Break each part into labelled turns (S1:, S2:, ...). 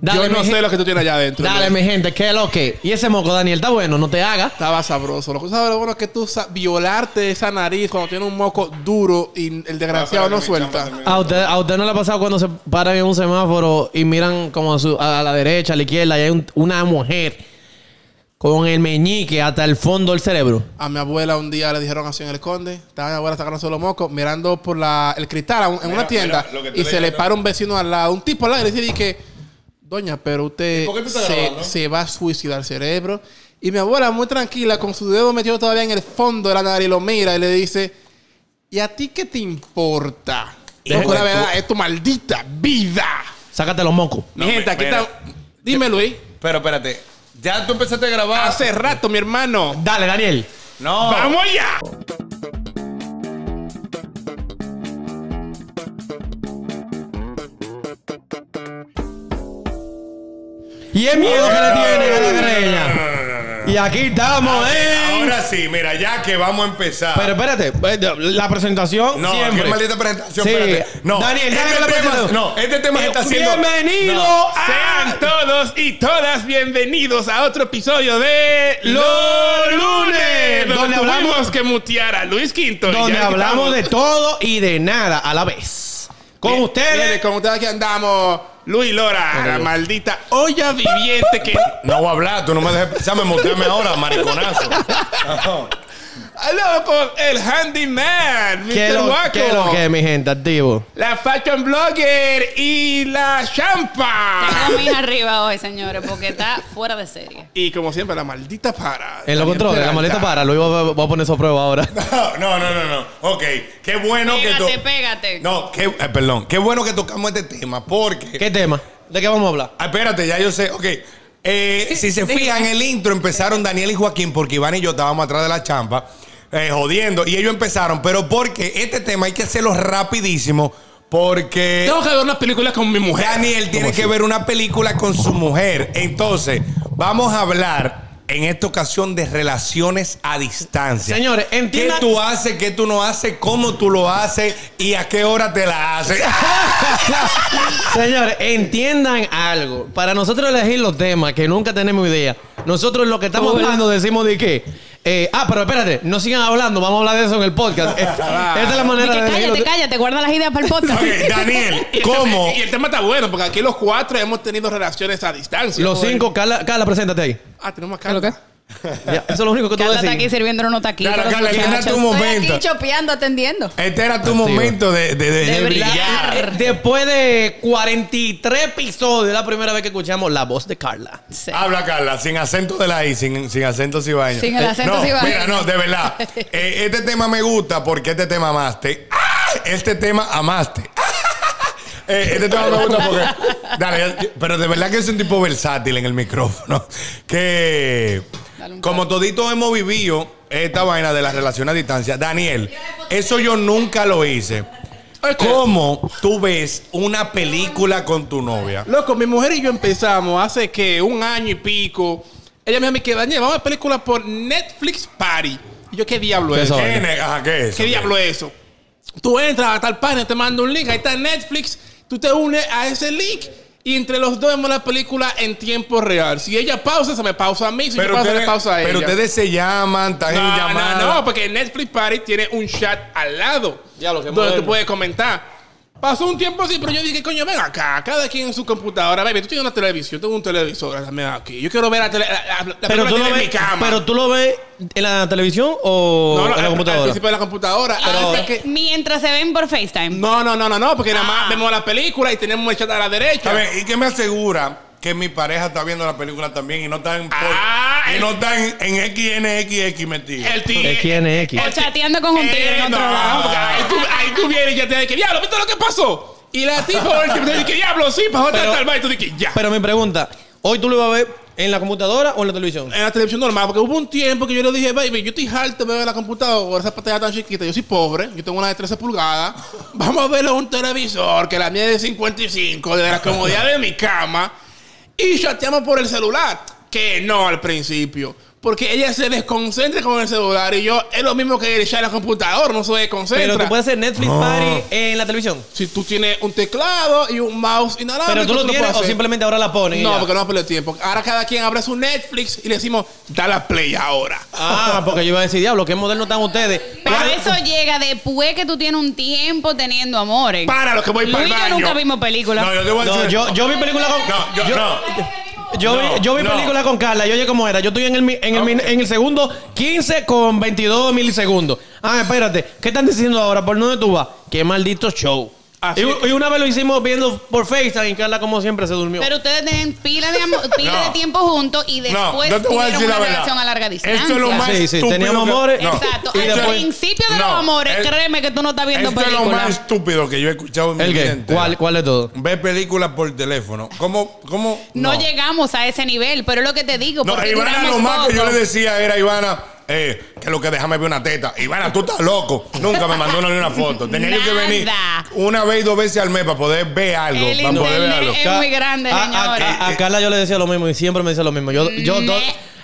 S1: Dale,
S2: Yo no
S1: mi
S2: sé
S1: gen-
S2: lo que tú tienes allá adentro.
S1: Dale,
S2: loco.
S1: mi gente, ¿qué es lo que? Y ese moco, Daniel, está bueno, no te hagas.
S2: Estaba sabroso. Lo que sabes lo bueno es que tú sa- violarte esa nariz cuando tiene un moco duro y el desgraciado no suelta.
S1: ¿A usted, ¿A usted no le ha pasado cuando se paran en un semáforo y miran como a, su- a la derecha, a la izquierda, y hay un- una mujer con el meñique hasta el fondo del cerebro?
S2: A mi abuela un día le dijeron así en el conde. Estaba mi abuela sacando solo moco, mirando por la, el cristal a un- en
S3: Mira,
S2: una tienda.
S3: mira, lo que tú
S2: y
S3: le
S2: se le
S3: dijeron.
S2: para un vecino al lado, un tipo al lado y le dice y que, doña, pero usted
S3: ¿Y por qué tú estás
S2: se,
S3: grabando?
S2: se va a suicidar el cerebro. Y mi abuela, muy tranquila, con su dedo metido todavía en el fondo de la nariz, lo mira y le dice, ¿y a ti qué te importa?
S1: Deja-
S2: Porque la verdad es tu maldita vida.
S1: Sácate los mocos.
S2: Mi
S3: No,
S2: gente, aquí
S3: mira.
S2: está... Dime, Luis.
S3: Pero espérate. Ya tú empezaste a grabar.
S2: Hace rato, mi hermano.
S1: Dale, Daniel.
S3: No.
S2: ¡Vamos allá!
S1: Y es miedo que le tiene a la greña.
S3: greña.
S1: Y aquí estamos, ¿eh?
S3: Ahora sí, mira, ya que vamos a empezar.
S1: Pero espérate, eh, la presentación
S3: no,
S1: siempre.
S3: qué maldita presentación.
S1: Sí.
S3: espérate. No,
S1: Daniel, dale
S3: este
S1: la
S3: tema,
S1: presentación.
S3: No, este tema se está haciendo.
S1: Eh, Bienvenido
S3: No.
S1: a-
S4: Sean todos y todas bienvenidos a otro episodio de Los Lunes, donde,
S1: Donde hablamos-
S4: tuvimos que mutear a Luis Quinto. y
S1: donde
S4: ya
S1: hablamos de
S4: quitamos.
S1: todo y de nada a la vez. Con
S4: Bien,
S1: ustedes.
S2: Miren, con ustedes aquí andamos.
S4: Luis Lora, la maldita olla viviente que
S3: No voy a hablar, tú no me dejes pensarme, muteame ahora, mariconazo. No.
S4: hablamos con el handyman,
S1: ¿Qué
S4: Mr.
S1: lo, ¿Qué lo
S4: Waco,
S1: que, mi gente, activo?
S4: la fashion blogger y la
S3: Ah.
S4: champa.
S5: Tengo mis arriba hoy, señores, porque está fuera de serie.
S2: Y como siempre, la maldita para.
S1: En los controles, la maleta para. Luis va, va a poner su prueba ahora.
S3: No, no, no, no. Ok, qué bueno que
S5: pégate,
S3: tú.
S5: pégate.
S3: No, qué, eh, perdón, qué bueno que tocamos este tema, porque.
S1: ¿Qué tema? ¿De qué vamos a hablar?
S3: Ah, espérate, ya yo sé. Ok. Eh, si se fijan, el intro empezaron Daniel y Joaquín, porque Iván y yo estábamos atrás de la champa, eh, jodiendo. Y ellos empezaron, pero porque este tema hay que hacerlo rapidísimo, porque
S2: Tengo que ver una película con mi mujer.
S3: Daniel tiene que ver una película con su mujer. Entonces, vamos a hablar. En esta ocasión de relaciones a distancia.
S1: Señores, entiendan-
S3: ¿Qué tú haces? ¿Qué tú no haces? ¿Cómo tú lo haces? ¿Y a qué hora te la haces?
S1: Señores, entiendan algo. Para nosotros elegir los temas que nunca tenemos idea, nosotros lo que estamos hablando decimos de qué. Eh, ah, pero espérate, no sigan hablando, vamos a hablar de eso en el podcast. Eh, Esa es la
S5: Di
S1: manera
S5: que
S1: de elegir los
S5: cállate,
S1: te-
S5: cállate, guarda las ideas para el podcast.
S3: Ok, Daniel,
S2: Y el
S3: ¿cómo?
S2: tema- y el tema está bueno, porque aquí los cuatro hemos tenido relaciones a distancia.
S1: Los
S2: Joder.
S1: cinco, Carla, Carla, preséntate ahí.
S2: Ah, tenemos acá. ¿Qué?
S1: Ya, eso es lo único que tú
S5: Carla
S1: vas a
S5: está aquí
S1: decir.
S5: sirviendo unos taquitos.
S3: Claro,
S5: los
S3: Carla,
S5: muchachos.
S3: gana tu momento.
S5: Estoy aquí chopeando, atendiendo.
S3: Este era tu momento de, de- de-
S5: De
S3: de
S5: brillar.
S1: Eh,
S3: brillar.
S1: Después de 43 episodios, es la primera vez que escuchamos la voz de Carla.
S5: Sí.
S3: Habla Carla, sin acento de la I, sin, sin acento cibaeño.
S5: Sin el acento
S3: no,
S5: cibaeño.
S3: Mira, no, de verdad. Eh, este tema me gusta porque este tema amaste. ¡Ah! Este tema amaste. Eh, este tema me gusta porque. Dale, yo- pero de verdad que es un tipo versátil en el micrófono. Que.
S5: Dale un
S3: Como toditos hemos vivido esta vaina de las relaciones a distancia. Daniel, eso yo nunca lo hice. ¿Cómo tú ves una película con tu novia?
S2: Loco, mi mujer y yo empezamos hace que un año y pico. Ella me dijo a mí que Daniel, vamos a ver película por Netflix Party. Y yo, ¿qué diablo
S1: ¿Qué
S2: es eso?
S1: son?
S3: ¿Qué, ne- ajá, ¿qué es?
S2: ¿Qué diablo es eso? Tú entras a tal página, te manda un link, ahí está Netflix, tú te unes a ese link y entre los dos vemos la película en tiempo real. Si ella pausa, se me pausa a mí, si yo pausa, le pausa a ella.
S3: pero ustedes se llaman, están en
S2: no,
S3: llamada.
S2: no, no, porque Netflix Party tiene un chat al lado
S1: Diablo, qué
S2: donde
S1: moderno.
S2: tú puedes comentar. Pasó un tiempo así, pero yo dije, coño, ven acá, cada quien en su computadora. Baby, tú tienes una televisión, yo tengo un televisor también aquí. Yo quiero ver la, tele, la, la- la
S1: Pero
S2: película
S1: tú,
S2: que
S1: lo
S2: tiene en
S1: ves,
S2: mi cama.
S1: pero tú lo ves en la televisión o
S2: no, no,
S1: en
S2: al-
S1: la
S2: al
S1: computadora.
S2: principio de la computadora.
S5: Ah,
S2: pero-
S5: sí, Mientras se ven por FaceTime.
S2: No, no, no, no, no, porque nada
S5: Ah.
S2: más vemos la película y tenemos el chat a la derecha.
S3: A ver, ¿y qué me asegura que mi pareja está viendo la película también y no está en,
S2: Ah,
S3: y
S2: el-
S3: no está en, en XNXX metido?
S2: El tío.
S1: ¿De quién es X?
S5: O chateando con
S3: Eh,
S5: un tigre en
S2: no,
S5: otro lado.
S2: porque ahí tú, ahí tú vienes y ya te dices, diablo, ¿viste lo que pasó? Y la tipa el tipo te dice, diablo, sí, pasó tal,
S1: Pero-
S2: tal, tal", y tú dices, ya.
S1: Pero mi pregunta, ¿hoy tú lo vas a ver en la computadora o en la televisión?
S2: en la televisión normal, porque hubo un tiempo que yo le dije, baby, yo estoy harto de ver la computadora, esa pantalla tan chiquita, yo soy pobre, yo tengo una de 13 pulgadas, vamos a verlo en un televisor, que la mía es de 55, de la comodidad de mi cama, y chateamos por el celular, que no al principio. porque ella se desconcentra con el celular y yo es lo mismo que echar en la computadora, no se desconcentra.
S1: Pero tú puedes hacer Netflix
S3: No.
S1: Party en la televisión.
S2: Si tú tienes un teclado y un mouse y nada
S1: Pero tú lo tienes o simplemente ahora la pones. y
S2: No,
S1: ya.
S2: porque no vamos a perder tiempo. Ahora cada quien abre su Netflix y le decimos, dale a play ahora.
S1: Ah, porque yo iba a decir, diablo, qué moderno están ustedes.
S5: Pero eso llega después que tú tienes un tiempo teniendo amores.
S2: Para lo que voy para
S5: Luis
S2: el
S5: y yo
S2: baño.
S5: nunca vimos películas.
S3: No, yo te voy a
S1: No,
S3: decir.
S1: yo, yo vi película con.
S3: No, yo- no.
S1: Yo vi, yo vi
S3: No.
S1: película con Carla, yo oye cómo era. Yo estoy en el, mi- en el, min- en el segundo 15 con 22 milisegundos. Ah, espérate, ¿qué están diciendo ahora? ¿Por dónde tú vas? Qué maldito show.
S2: Así
S1: Y, u- y una vez lo hicimos viendo por FaceTime y Carla, como siempre, se durmió.
S5: Pero ustedes tienen pila de, amor- pila
S3: No.
S5: de tiempo juntos y después
S3: yo te voy a
S5: tuvieron
S3: decir
S5: una
S3: la verdad.
S5: relación a larga
S3: Esto
S5: distancia.
S3: es lo más
S1: Sí, sí,
S3: estúpido
S1: teníamos
S3: que-
S1: amores.
S3: No.
S5: Exacto.
S1: Y
S5: Al
S1: después-
S5: principio de
S3: No,
S5: los amores,
S3: es-
S5: créeme que tú no estás viendo
S3: Esto es lo más
S5: películas.
S3: estúpido que yo he escuchado en mi
S1: ¿El qué?
S3: vida
S1: ¿Cuál,
S3: entera.
S1: ¿Cuál de todo?
S3: Ver películas por teléfono. ¿Cómo? cómo?
S5: No, llegamos a ese nivel, pero es lo que te digo.
S3: No,
S5: porque
S3: Ivana,
S5: duramos
S3: lo más que yo
S5: poco.
S3: le decía era, Ivana, eh, que lo que déjame ver una teta. Ivana, tú estás loco. Nunca me mandó ni una foto. Tenía yo que
S5: Nada.
S3: venir una vez y dos veces al mes para poder ver algo.
S5: El
S3: para poder ver
S5: internet
S3: algo.
S5: es muy grande,
S1: a, a-
S5: señores.
S1: a- a Carla yo le decía lo mismo y siempre me dice lo mismo. Yo, yo
S5: Ne.
S1: do-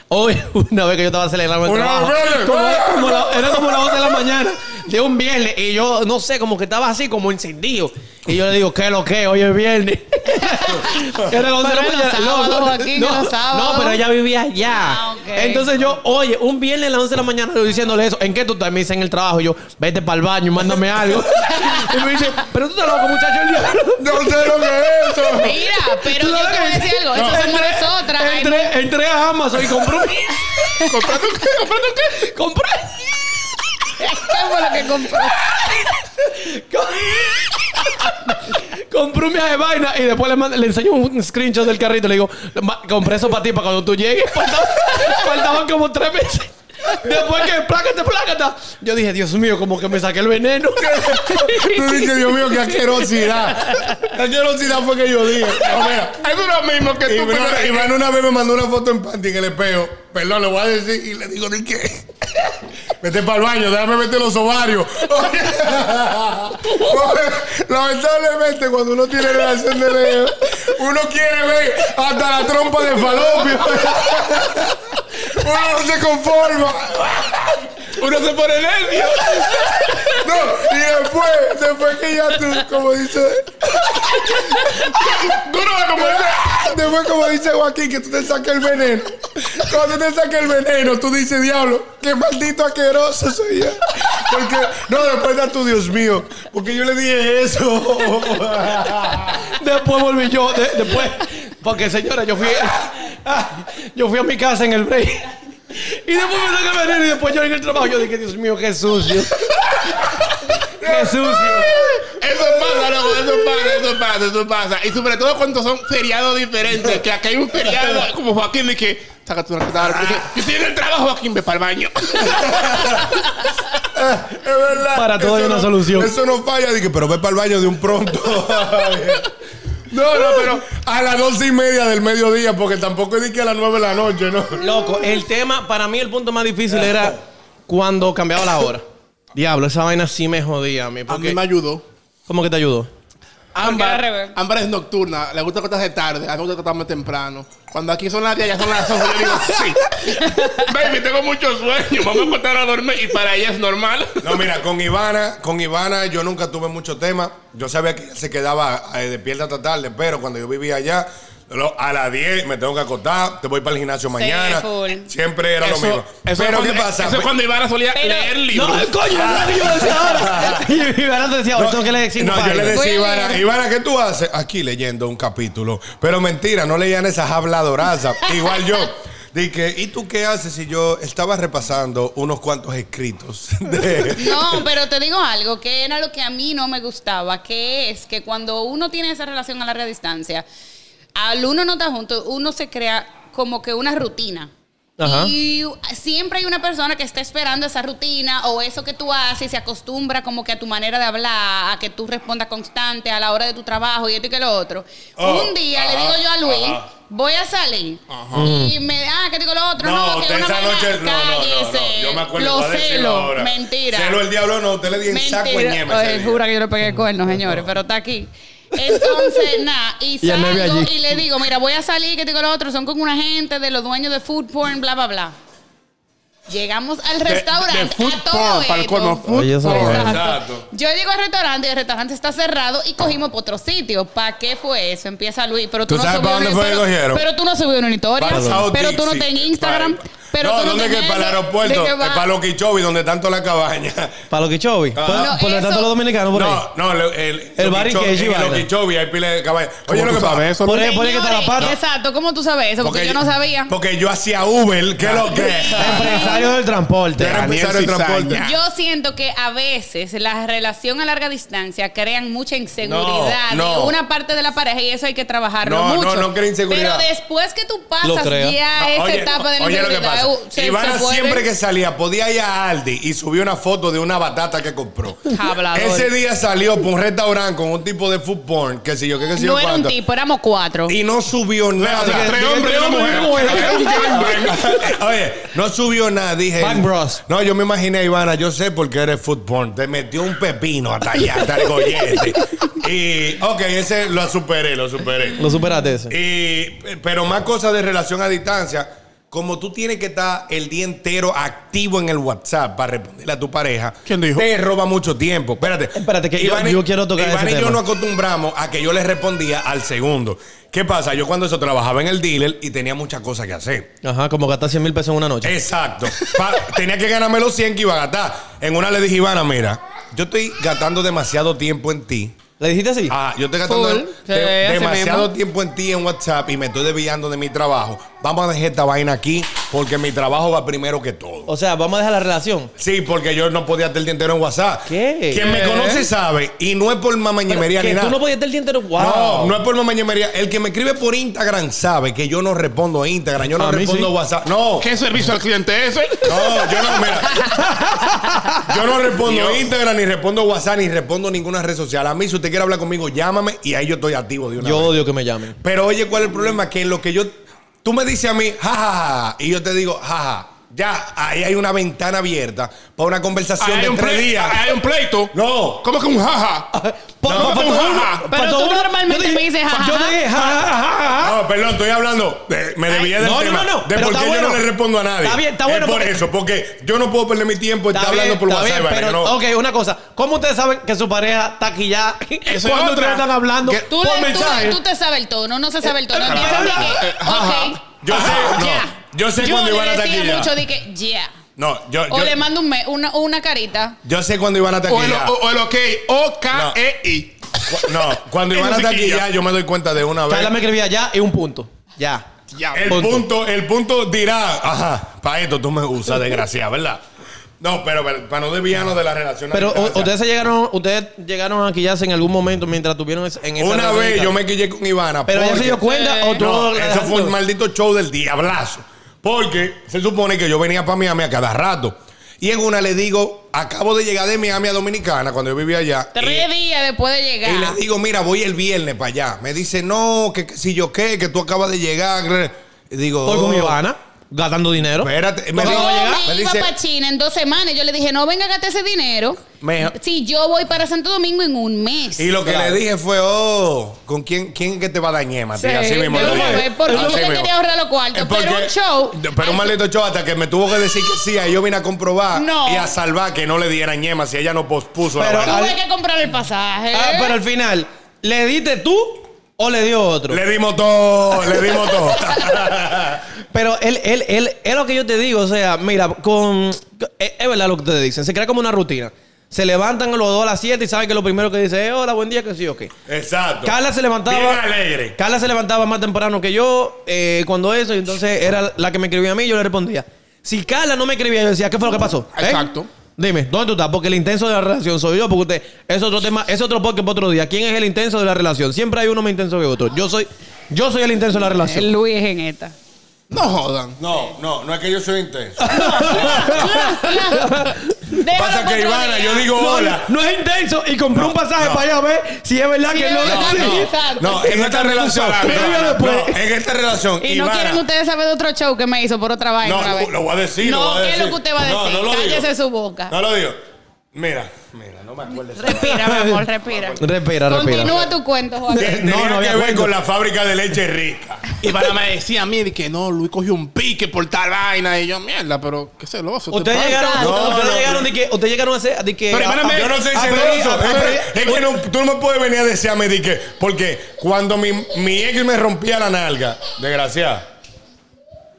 S1: hoy, una vez que yo estaba celebrando el
S3: Una
S1: trabajo,
S3: vez. ¿eh?
S1: como- como la- era como las 11 de la mañana de un viernes y yo, no sé, como que estaba así, como encendido. Y yo le digo, ¿qué lo que? Hoy es viernes. era las 11 de la
S5: Pero
S1: mañana.
S5: los sábados aquí, que los sábados.
S1: no, pero ella vivía allá.
S5: Ah, ok.
S1: Entonces yo, oye, un viernes a las 11 de la mañana, yo diciéndole eso, ¿en qué tú estás? Me dice en el trabajo. Y yo, vete para el baño y mándame algo. y me dice, pero tú estás loco, muchacho. El diablo.
S3: No sé lo que es eso.
S5: Mira, pero yo te voy a decir algo. Eso somos
S1: Entré-
S5: nosotras. Hay
S1: Entré, entré a Amazon y compré.
S3: ¿Compraste un qué? ¿Compraste un qué?
S1: compré.
S5: ¿Qué fue lo que compró?
S1: Compré un viaje de vaina y después le, mando- le enseño un screenshot del carrito. Le digo, "Ma- compré eso para ti, para cuando tú llegues. Faltaba- faltaban como tres meses. Después que plácate, plácata. Yo dije, Dios mío, como que me saqué el veneno.
S3: Tú dices, Dios mío, qué asquerosidad. La asquerosidad fue que yo dije. No, mira.
S4: Es lo mismo que tú, pero-
S3: Iván, Iván una vez me mandó una foto en panty en el espejo. Perdón, le voy a decir y le digo, ¿de qué? Vete para el baño, déjame meter los ovarios. Oye, oye, Lamentablemente, cuando uno tiene relación de lejos, uno quiere ver hasta la trompa de falopio. Uno no se conforma.
S2: Uno se pone nervio.
S3: No, y después, después que ya tú, como dice. Duro como dice. Después, como dice Joaquín, que tú te saques el veneno. Cuando tú te saques el veneno, tú dices, diablo, qué maldito asqueroso soy yo. Porque, no, después da tu Dios mío. Porque yo le dije eso.
S1: Después volví yo, de- después. Porque señora, yo fui, yo fui a mi casa en el break. Y después me saqué el veneno y después yo en el trabajo. Yo dije, Dios mío, qué sucio. Qué sucio.
S2: Eso pasa, loco, eso pasa, eso pasa, eso pasa. Y sobre todo cuando son feriados diferentes, que acá hay un feriado como Joaquín de que, sácate una computadora. Yo estoy en el trabajo, Joaquín, ve para el baño.
S3: Es verdad.
S1: Para todo hay
S3: Eso
S1: una
S3: no-
S1: solución.
S3: Eso no falla. Dije, pero ve para el baño de un pronto. No, no, pero a las doce y media del mediodía, porque tampoco dije que a las nueve de la noche, ¿no?
S1: Loco, el tema, para mí el punto más difícil era cuando cambiaba la hora. Diablo, esa vaina sí me jodía a mí.
S2: A
S1: Porque,
S2: mí me ayudó.
S1: ¿Cómo que te ayudó?
S5: al
S2: Ámbar,
S5: revés.
S2: ámbar es nocturna, le gusta cosas de tarde, a mí me gusta cosas más temprano. Cuando aquí son las 10, ya son las 11, yo digo, sí.
S4: Baby, tengo mucho sueño. Vamos a contar a dormir y para ella es normal.
S3: No, mira, con Ivana, con Ivana yo nunca tuve mucho tema. Yo sabía que ella se quedaba eh, despierta hasta tarde, pero cuando yo vivía allá, lo- a las 10 me tengo que acostar, te voy para el gimnasio mañana.
S5: full.
S3: Siempre era lo mismo.
S4: eso
S3: pero
S4: es cuando-
S3: ¿qué pasa?
S4: Eso es cuando Ivana solía
S5: Pero-
S4: leer libros.
S1: coño,
S2: Ah.
S1: no que yo decía ahora. Y Ivana te decía, ahora tengo que leer cinco
S3: Pues, no, yo le
S1: páginas.
S5: Voy
S3: decía,
S5: a
S3: Ivana,
S5: leer.
S3: Ivana, ¿qué tú haces? Aquí leyendo un capítulo. Pero mentira, no leían esas habladorazas. Igual yo. Dije, ¿y tú qué haces si yo estaba repasando unos cuantos escritos? de-
S5: No, pero te digo algo, que era lo que a mí no me gustaba, que es que cuando uno tiene esa relación a larga distancia, al uno no está junto, uno se crea como que una rutina.
S1: Ajá.
S5: Y siempre hay una persona que está esperando esa rutina o eso que tú haces y se acostumbra como que a tu manera de hablar, a que tú respondas constante a la hora de tu trabajo y esto y que lo otro.
S3: Oh,
S5: Un día le
S3: ajá,
S5: digo yo a Luis,
S3: ajá.
S5: voy a salir. Y me da, ah, que digo lo otro, no,
S3: No,
S5: que
S3: usted
S5: una
S3: esa
S5: vaina,
S3: noche. No, no, no, no.
S5: cállese.
S3: Yo me acuerdo
S5: lo
S3: voy a decirlo
S5: celo,
S3: ahora.
S5: mentira.
S3: Celo el diablo, no. Usted le di en saco en ñeme ese
S5: Oye,
S3: día.
S5: jura que yo le pegué cuernos, señores, pero está aquí. Entonces, nada, y
S1: Y el novio
S5: salgo
S1: allí.
S5: y le digo, mira, voy a salir, que digo los otros, son con una gente de los dueños de food porn, bla, bla, bla. Llegamos al restaurante.
S2: de food
S5: a todo
S2: porn, para el
S5: esto.
S2: cono food
S1: Oye, esa
S5: Exacto.
S1: vaina.
S3: Exacto.
S5: Yo llego al restaurante y el restaurante está cerrado y cogimos por otro sitio. ¿Para qué fue eso? Empieza Luis. Pero tú,
S3: ¿Tú sabes
S5: no subiste
S3: para
S5: una-
S3: dónde fue que
S5: pero-
S3: cogieron?
S5: Pero tú no subiste una historia.
S3: Para South
S5: pero tú no
S3: Dixie.
S5: estás en Instagram.
S3: Para-
S5: Pero
S3: no,
S5: tú no
S3: ¿dónde
S5: estás
S3: que
S5: en
S3: para el
S5: nada.
S3: aeropuerto?
S5: ¿De qué
S3: Es
S5: va?
S3: para los Kichobi, donde tanto la cabaña.
S1: Para los quichobi. Por,
S5: No,
S1: por lo
S5: eso-
S1: tanto, los dominicanos, por ahí.
S3: Ah. No, no, el, el,
S1: El bar y
S3: Kichobi-
S1: que es
S3: en el
S1: vaina.
S3: Okeechobee hay pila de cabaña. Oye,
S2: ¿Cómo
S3: lo
S2: tú
S3: que pasa.
S2: sabes eso?
S1: Por ahí, por ahí que está la
S5: Señores,
S1: pata.
S5: Exacto. ¿Cómo tú sabes eso? Porque, yo no sabía.
S3: Porque yo hacía Uber, que lo que.
S1: Empresario del transporte.
S3: Yo era
S2: Daniel
S3: empresario de transporte.
S2: Cizaña.
S5: Yo siento que a veces la relación a larga distancia crean mucha inseguridad
S3: No, no.
S5: de una parte de la pareja y eso hay que trabajarlo
S3: No, no,
S5: mucho.
S3: no crea inseguridad.
S5: Pero después que tú
S1: Lo
S5: pasas
S1: creo.
S5: ya
S3: No,
S5: esa
S3: oye,
S5: etapa de
S3: oye
S5: la
S3: lo que
S5: inseguridad,
S3: pasa.
S5: uh, se-
S3: Ivana
S5: se vuelve-
S3: siempre que salía podía ir a Aldi y subió una foto de una batata que compró.
S5: Hablador.
S3: Ese día salió por un restaurante con un tipo de food porn, que sé yo, que qué sé yo
S5: no era un
S3: cuánto.
S5: tipo, éramos cuatro.
S3: Y no subió nada.
S1: que-
S4: Tres hombres y una mujer.
S3: Oye, no subió nada, dije.
S1: Bang Bros.
S3: No, yo me imaginé, Ivana, yo sé por qué eres food porn. Te metió un pepino hasta allá, hasta el gollete. Y, ok, ese lo superé, lo superé.
S1: Lo superaste
S3: Eh.
S1: ese.
S3: Y, pero más cosas de relación a distancia. Como tú tienes que estar el día entero activo en el WhatsApp para responderle a tu pareja,
S2: ¿Quién dijo?
S3: te roba mucho tiempo. Espérate.
S1: Espérate, que yo-
S3: y-
S1: yo quiero tocar
S3: Iván
S1: ese
S3: y yo
S1: tema.
S3: no acostumbramos a que yo le respondía al segundo. ¿Qué pasa? Yo cuando eso trabajaba en el dealer y tenía muchas cosas que hacer.
S1: Ajá, como gastar 100 mil pesos en una
S3: Eh.
S1: noche.
S3: Exacto. Pa- tenía que ganarme los 100 que iba a gastar. En una le dije, Ivana, mira, yo estoy gastando demasiado tiempo en ti.
S1: ¿Le dijiste así?
S3: Ah, yo estoy gastando
S5: Full.
S3: de-
S5: Sí, así
S3: demasiado
S5: mismo.
S3: tiempo en ti en WhatsApp y me estoy desviando de mi trabajo. Vamos a dejar esta vaina aquí porque mi trabajo va primero que todo.
S1: O sea, vamos a dejar la relación.
S3: Sí, porque yo no podía estar el día entero en WhatsApp.
S1: ¿Qué? ¿Eh?
S3: Quien me conoce sabe y no es por mamañemería ni
S1: Que
S3: nada.
S1: tú no podías estar el día entero. Wow.
S3: No, no es por mamañemería. El que me escribe por Instagram sabe que yo no respondo a Instagram, yo no
S1: A mí
S3: respondo
S1: sí.
S3: a WhatsApp. No.
S2: ¿Qué servicio al cliente es ese?
S3: No, yo no, mira. Yo no respondo Instagram, ni respondo WhatsApp, ni respondo ninguna red social. A mí, si usted quiere hablar conmigo, llámame y ahí yo estoy activo de una
S1: Yo
S3: vez.
S1: odio que me llamen.
S3: Pero oye, ¿cuál es el problema? Que en lo que yo. Tú me dices a mí, jajaja, y yo te digo, jaja. Ya, ahí hay una ventana abierta para una conversación
S2: Ahí
S3: de
S2: hay un
S3: tres
S2: ple-
S3: días.
S2: ahí hay un pleito.
S3: No.
S2: ¿Cómo que un jaja?
S1: Pa- pa-
S2: pero
S1: pa-
S2: tú-
S1: pa-
S5: pero
S1: pa-
S5: tú
S1: pa-
S5: normalmente
S1: yo te-
S5: me dices, ajá,
S1: Yo te dije, ajá, ajá, ajá.
S3: No, perdón, estoy hablando. de- me debía del
S1: ¿Ah? no, no,
S3: tema.
S1: no, no,
S3: De
S1: pero
S3: por
S1: está
S3: qué yo no
S1: bueno.
S3: le respondo a nadie.
S1: Está bien, está bueno
S3: Es por
S1: porque-
S3: eso, porque yo no puedo perder mi tiempo está hablando por
S1: está
S3: WhatsApp.
S1: bien,
S3: ¿vale?
S1: pero,
S3: Que no-
S1: Ok, una cosa. ¿Cómo ustedes saben que su pareja está aquí ya?
S2: es
S1: ¿Cuándo
S2: otra.
S1: ustedes están hablando?
S2: Que-
S5: Tú,
S1: por
S5: le- tú-
S1: mensaje.
S5: tú te sabes el tono, no se sabe el tono.
S1: Eh,
S5: Empiezan de que,
S1: eh,
S5: ok,
S3: Yo sé, no,
S5: ya.
S3: yo sé cuando
S5: le
S3: Iván
S5: decía
S3: ataquilla.
S5: mucho de que, ya.
S3: No, yo,
S5: O
S3: yo,
S5: le mando un me- una, una carita.
S3: yo sé cuando iban a
S2: O el,
S3: taquilla.
S2: o, o E, el ok. O-K-E-I.
S3: Cu- No, cuando iban a
S2: Eso sí que
S3: taquilla, yo me doy cuenta de una vez.
S1: Carla me escribía ya y un punto. Ya.
S2: Ya.
S3: El
S1: Punto.
S3: punto, el punto dirá, ajá, para esto tú me usas, desgraciado, ¿verdad? No, pero, pero para no desviarnos de la relación. a
S1: Pero o-
S3: distancia.
S1: ustedes se llegaron, ustedes llegaron a quillarse en algún momento mientras tuvieron es- en esa
S3: Una
S1: relación
S3: vez
S1: digital.
S3: yo me quillé con Ivana.
S1: Pero ella se
S3: porque-
S1: dio cuenta o tú
S3: No,
S1: lo
S3: eso
S1: dejaste?
S3: fue un maldito show del diablazo. Porque se supone que yo venía para Miami a cada rato. Y en una le digo, acabo de llegar de Miami a Dominicana cuando yo vivía allá. eh,
S5: Tres días después de llegar.
S3: Y le digo, mira, voy el viernes para allá. Me dice, no, que, que si yo qué, que tú acabas de llegar. Y digo,
S1: Voy con
S3: oh,
S1: Ivana, gastando dinero.
S3: Espérate. Me
S1: ¿Tú
S5: Yo
S1: acabas de
S3: dice-
S1: llegar?
S5: me
S3: me
S5: iba
S3: dice,
S5: para China en dos semanas. Yo le dije, no venga, gaste ese dinero.
S3: Me-
S5: Si yo voy para Santo Domingo en un mes.
S3: Y lo que
S1: Claro.
S3: le dije fue, oh, ¿con quién, quién es que te va a dañar, Matías?
S5: Sí,
S3: Así mismo
S5: de
S3: le
S5: una
S3: dije.
S5: vez, porque
S3: Así
S5: yo te
S3: mismo.
S5: quería ahorrar los cuartos,
S3: Es
S5: pero
S3: porque-
S5: un show-
S3: Pero un maldito show hasta que me tuvo que decir que sí, ahí yo vine a comprobar
S5: No.
S3: y a salvar que no le diera ñema si ella no pospuso la
S1: Pero-
S3: vaina.
S5: Tuve
S1: al-
S5: que comprar el pasaje.
S1: Ah, pero al final, ¿le diste tú o le dio otro?
S3: Le dimos todo, le dimos todo.
S1: Pero él, él, él, es lo que yo te digo, o sea, mira, con es, es verdad lo que te dicen, se crea como una rutina. Se levantan a los dos a las 7 y saben que lo primero que dice es, hola, buen día, que sí o qué.
S3: Exacto.
S1: Carla se
S3: Bien
S1: levantaba.
S3: alegre.
S1: Carla se levantaba más temprano que yo eh, cuando eso, y entonces era la que me escribía a mí y yo le respondía. Si Carla no me escribía, yo decía, ¿qué fue lo que pasó? ¿Eh?
S2: Exacto.
S1: Dime, ¿dónde tú estás? Porque el intenso de la relación soy yo, porque usted es otro tema, es otro podcast para otro día. ¿Quién es el intenso de la relación? Siempre hay uno más intenso que otro. Yo soy, yo soy el intenso de la relación.
S5: Luis es en esta.
S2: No jodan.
S3: No, no, no es que yo soy intenso.
S5: Déjalo
S3: Pasa
S5: para
S3: que
S5: otro
S3: Ivana,
S5: día.
S3: yo digo
S1: No,
S3: hola.
S1: No es intenso y compré un pasaje
S3: no.
S1: para allá a ver si es verdad
S5: Sí,
S1: que
S5: es
S1: no.
S5: verdad.
S1: sí.
S3: No, no, en esta relación.
S1: Previo después.
S3: No, en esta relación.
S5: Y no
S3: Ivana-
S5: quieren ustedes saber de otro show que me hizo por otra vaina.
S3: No,
S5: otra
S3: lo-
S5: vez.
S3: lo voy a decir, lo
S5: No,
S3: voy a
S5: ¿qué es lo
S3: decir.
S5: que usted va a
S3: No,
S5: decir?
S3: no lo digo.
S5: Cállese su boca.
S3: No lo digo. Mira, Mira, no me acuerdo.
S5: Respira, mi amor, respira.
S1: Respira, respira.
S5: Continúa tu cuento, Joaquín.
S3: Tenía
S1: No, no había
S3: que ver
S1: cuento.
S3: con la fábrica de leche rica.
S2: Y para me decía a mí de que no, Luis cogió un pique por tal vaina. Y yo, mierda, pero qué celoso. te
S1: Ustedes
S2: pasa?
S1: llegaron,
S5: No,
S1: ustedes- ustedes
S3: no,
S1: llegaron de que, ustedes llegaron a hacer, de que.
S2: Pero,
S1: a-
S2: espérame,
S1: a-
S3: Yo no soy
S1: a-
S3: celoso.
S1: a-
S3: Es
S1: a-
S3: que- es que no- tú no me puedes venir a desearme de que. Porque cuando mi, mi ex me rompía la nalga, desgraciada.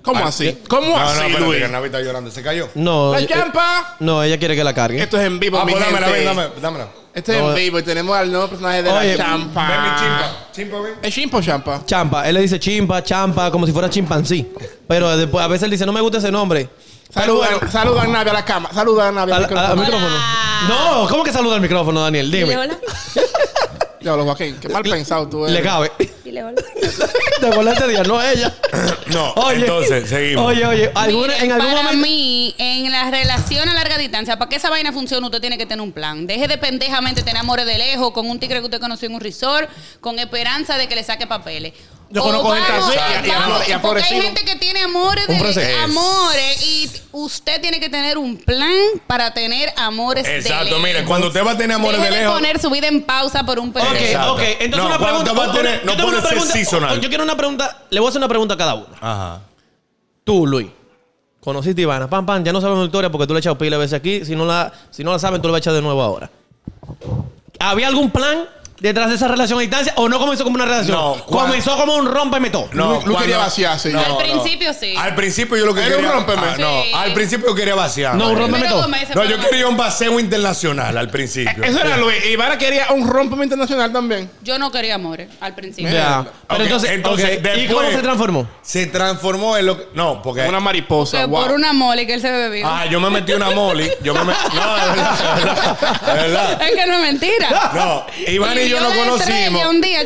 S2: ¿Cómo así? ¿Cómo
S3: Ah, no,
S2: así,
S3: no, espérate,
S2: Luis?
S3: que Navi está llorando. Se cayó.
S1: No,
S2: ¡La
S1: eh,
S2: champa!
S1: no, ella quiere que la cargue.
S2: Esto es en vivo,
S3: Ah,
S2: mi
S3: pues dámela,
S2: gente.
S3: ven, dame- dámela.
S2: Esto es
S1: No.
S2: en vivo y tenemos al nuevo personaje de
S1: Oye,
S2: la champa.
S3: Ven, mi chimpa. Chimpa, ven.
S2: ¿Es chimpa o champa?
S1: Champa, él le dice chimpa, champa, como si fuera chimpancé. Pero después a veces él dice, no me gusta ese nombre. Pero
S2: Saluda,
S1: bueno,
S2: saluda a Navi a la cama. Saluda a Navi
S1: al,
S2: al
S1: al- al
S2: micrófono.
S1: micrófono.
S5: Hola.
S1: No, ¿cómo que saluda al micrófono, Daniel?
S6: Dile
S1: Dime.
S6: hola.
S2: Diablo, Joaquín, qué mal pensado tú eres.
S1: Le cabe.
S6: Dile hola.
S1: Te acuerdas ese día, no ella.
S3: No, entonces, seguimos.
S1: Oye, oye, ¿alguna-
S5: Miren,
S1: en algún
S5: para
S1: momento.
S5: mí, en la relación a larga distancia, para que esa vaina funcione, usted tiene que tener un plan. Deje de pendejamente tener amores de lejos con un tigre que usted conoció en un resort, con esperanza de que le saque papeles.
S2: Yo
S5: O
S2: conozco gente
S5: vamos-
S2: así, y a- y a-
S5: vamos-
S2: y a
S5: Porque hay
S2: Florecido.
S5: gente que tiene amores de
S3: Un proceso.
S5: amores y usted tiene que tener un plan para tener amores de
S3: Exacto,
S5: lejos.
S3: mire, cuando usted va a tener amores
S5: Deje
S3: de lejos.
S5: poner su vida en pausa por un periodo.
S1: Ok,
S3: Exacto.
S1: ok. Entonces
S3: No,
S1: una
S3: cuando
S1: pregunta.
S3: va a
S1: una-
S3: tener-
S1: yo
S3: no
S1: tengo
S3: puede
S1: una
S3: ser
S1: pregunta.
S3: seasonal.
S1: Yo quiero una pregunta. Le voy a hacer una pregunta a cada uno.
S3: Ajá.
S1: Tú, Luis. Conociste a Ivana, pam, pam, ya no sabemos la historia porque tú le has echado pila de veces aquí. Si no, la, si no la saben, tú la vas a echar de nuevo ahora. ¿Había algún plan detrás de esa relación a distancia o no comenzó como una relación?
S3: No, ¿cuál?
S1: comenzó como un rompe y metó.
S3: No,
S2: Lu- Lu quería vaciar, sí.
S5: Al principio sí.
S3: Al principio yo lo que
S2: Era un
S3: quería.
S2: rompeme.
S3: ah, no,
S5: Sí.
S3: al principio yo quería vaciar.
S1: No, un
S3: Valeria.
S1: rompeme.
S5: Primero
S1: todo.
S5: dos meses,
S3: No,
S5: pero-
S3: yo quería un paseo internacional al principio.
S2: Eso era Luis. Y Ivana quería un rompimiento internacional también.
S5: Yo no quería amores al principio.
S1: Ya. Pero
S3: Ok,
S1: entonces,
S3: entonces,
S1: ok, ¿y
S3: después-
S1: cómo se transformó?
S3: Se transformó en lo que. No, porque.
S2: Una mariposa.
S5: Que
S2: Wow.
S5: por una mole que él se bebió.
S3: Ah, yo me metí una moli. Yo me metí. No, de verdad, de verdad. de verdad.
S5: Es que no es mentira.
S3: No, Iván y yo no
S5: de
S3: conocimos.
S5: estrella Un día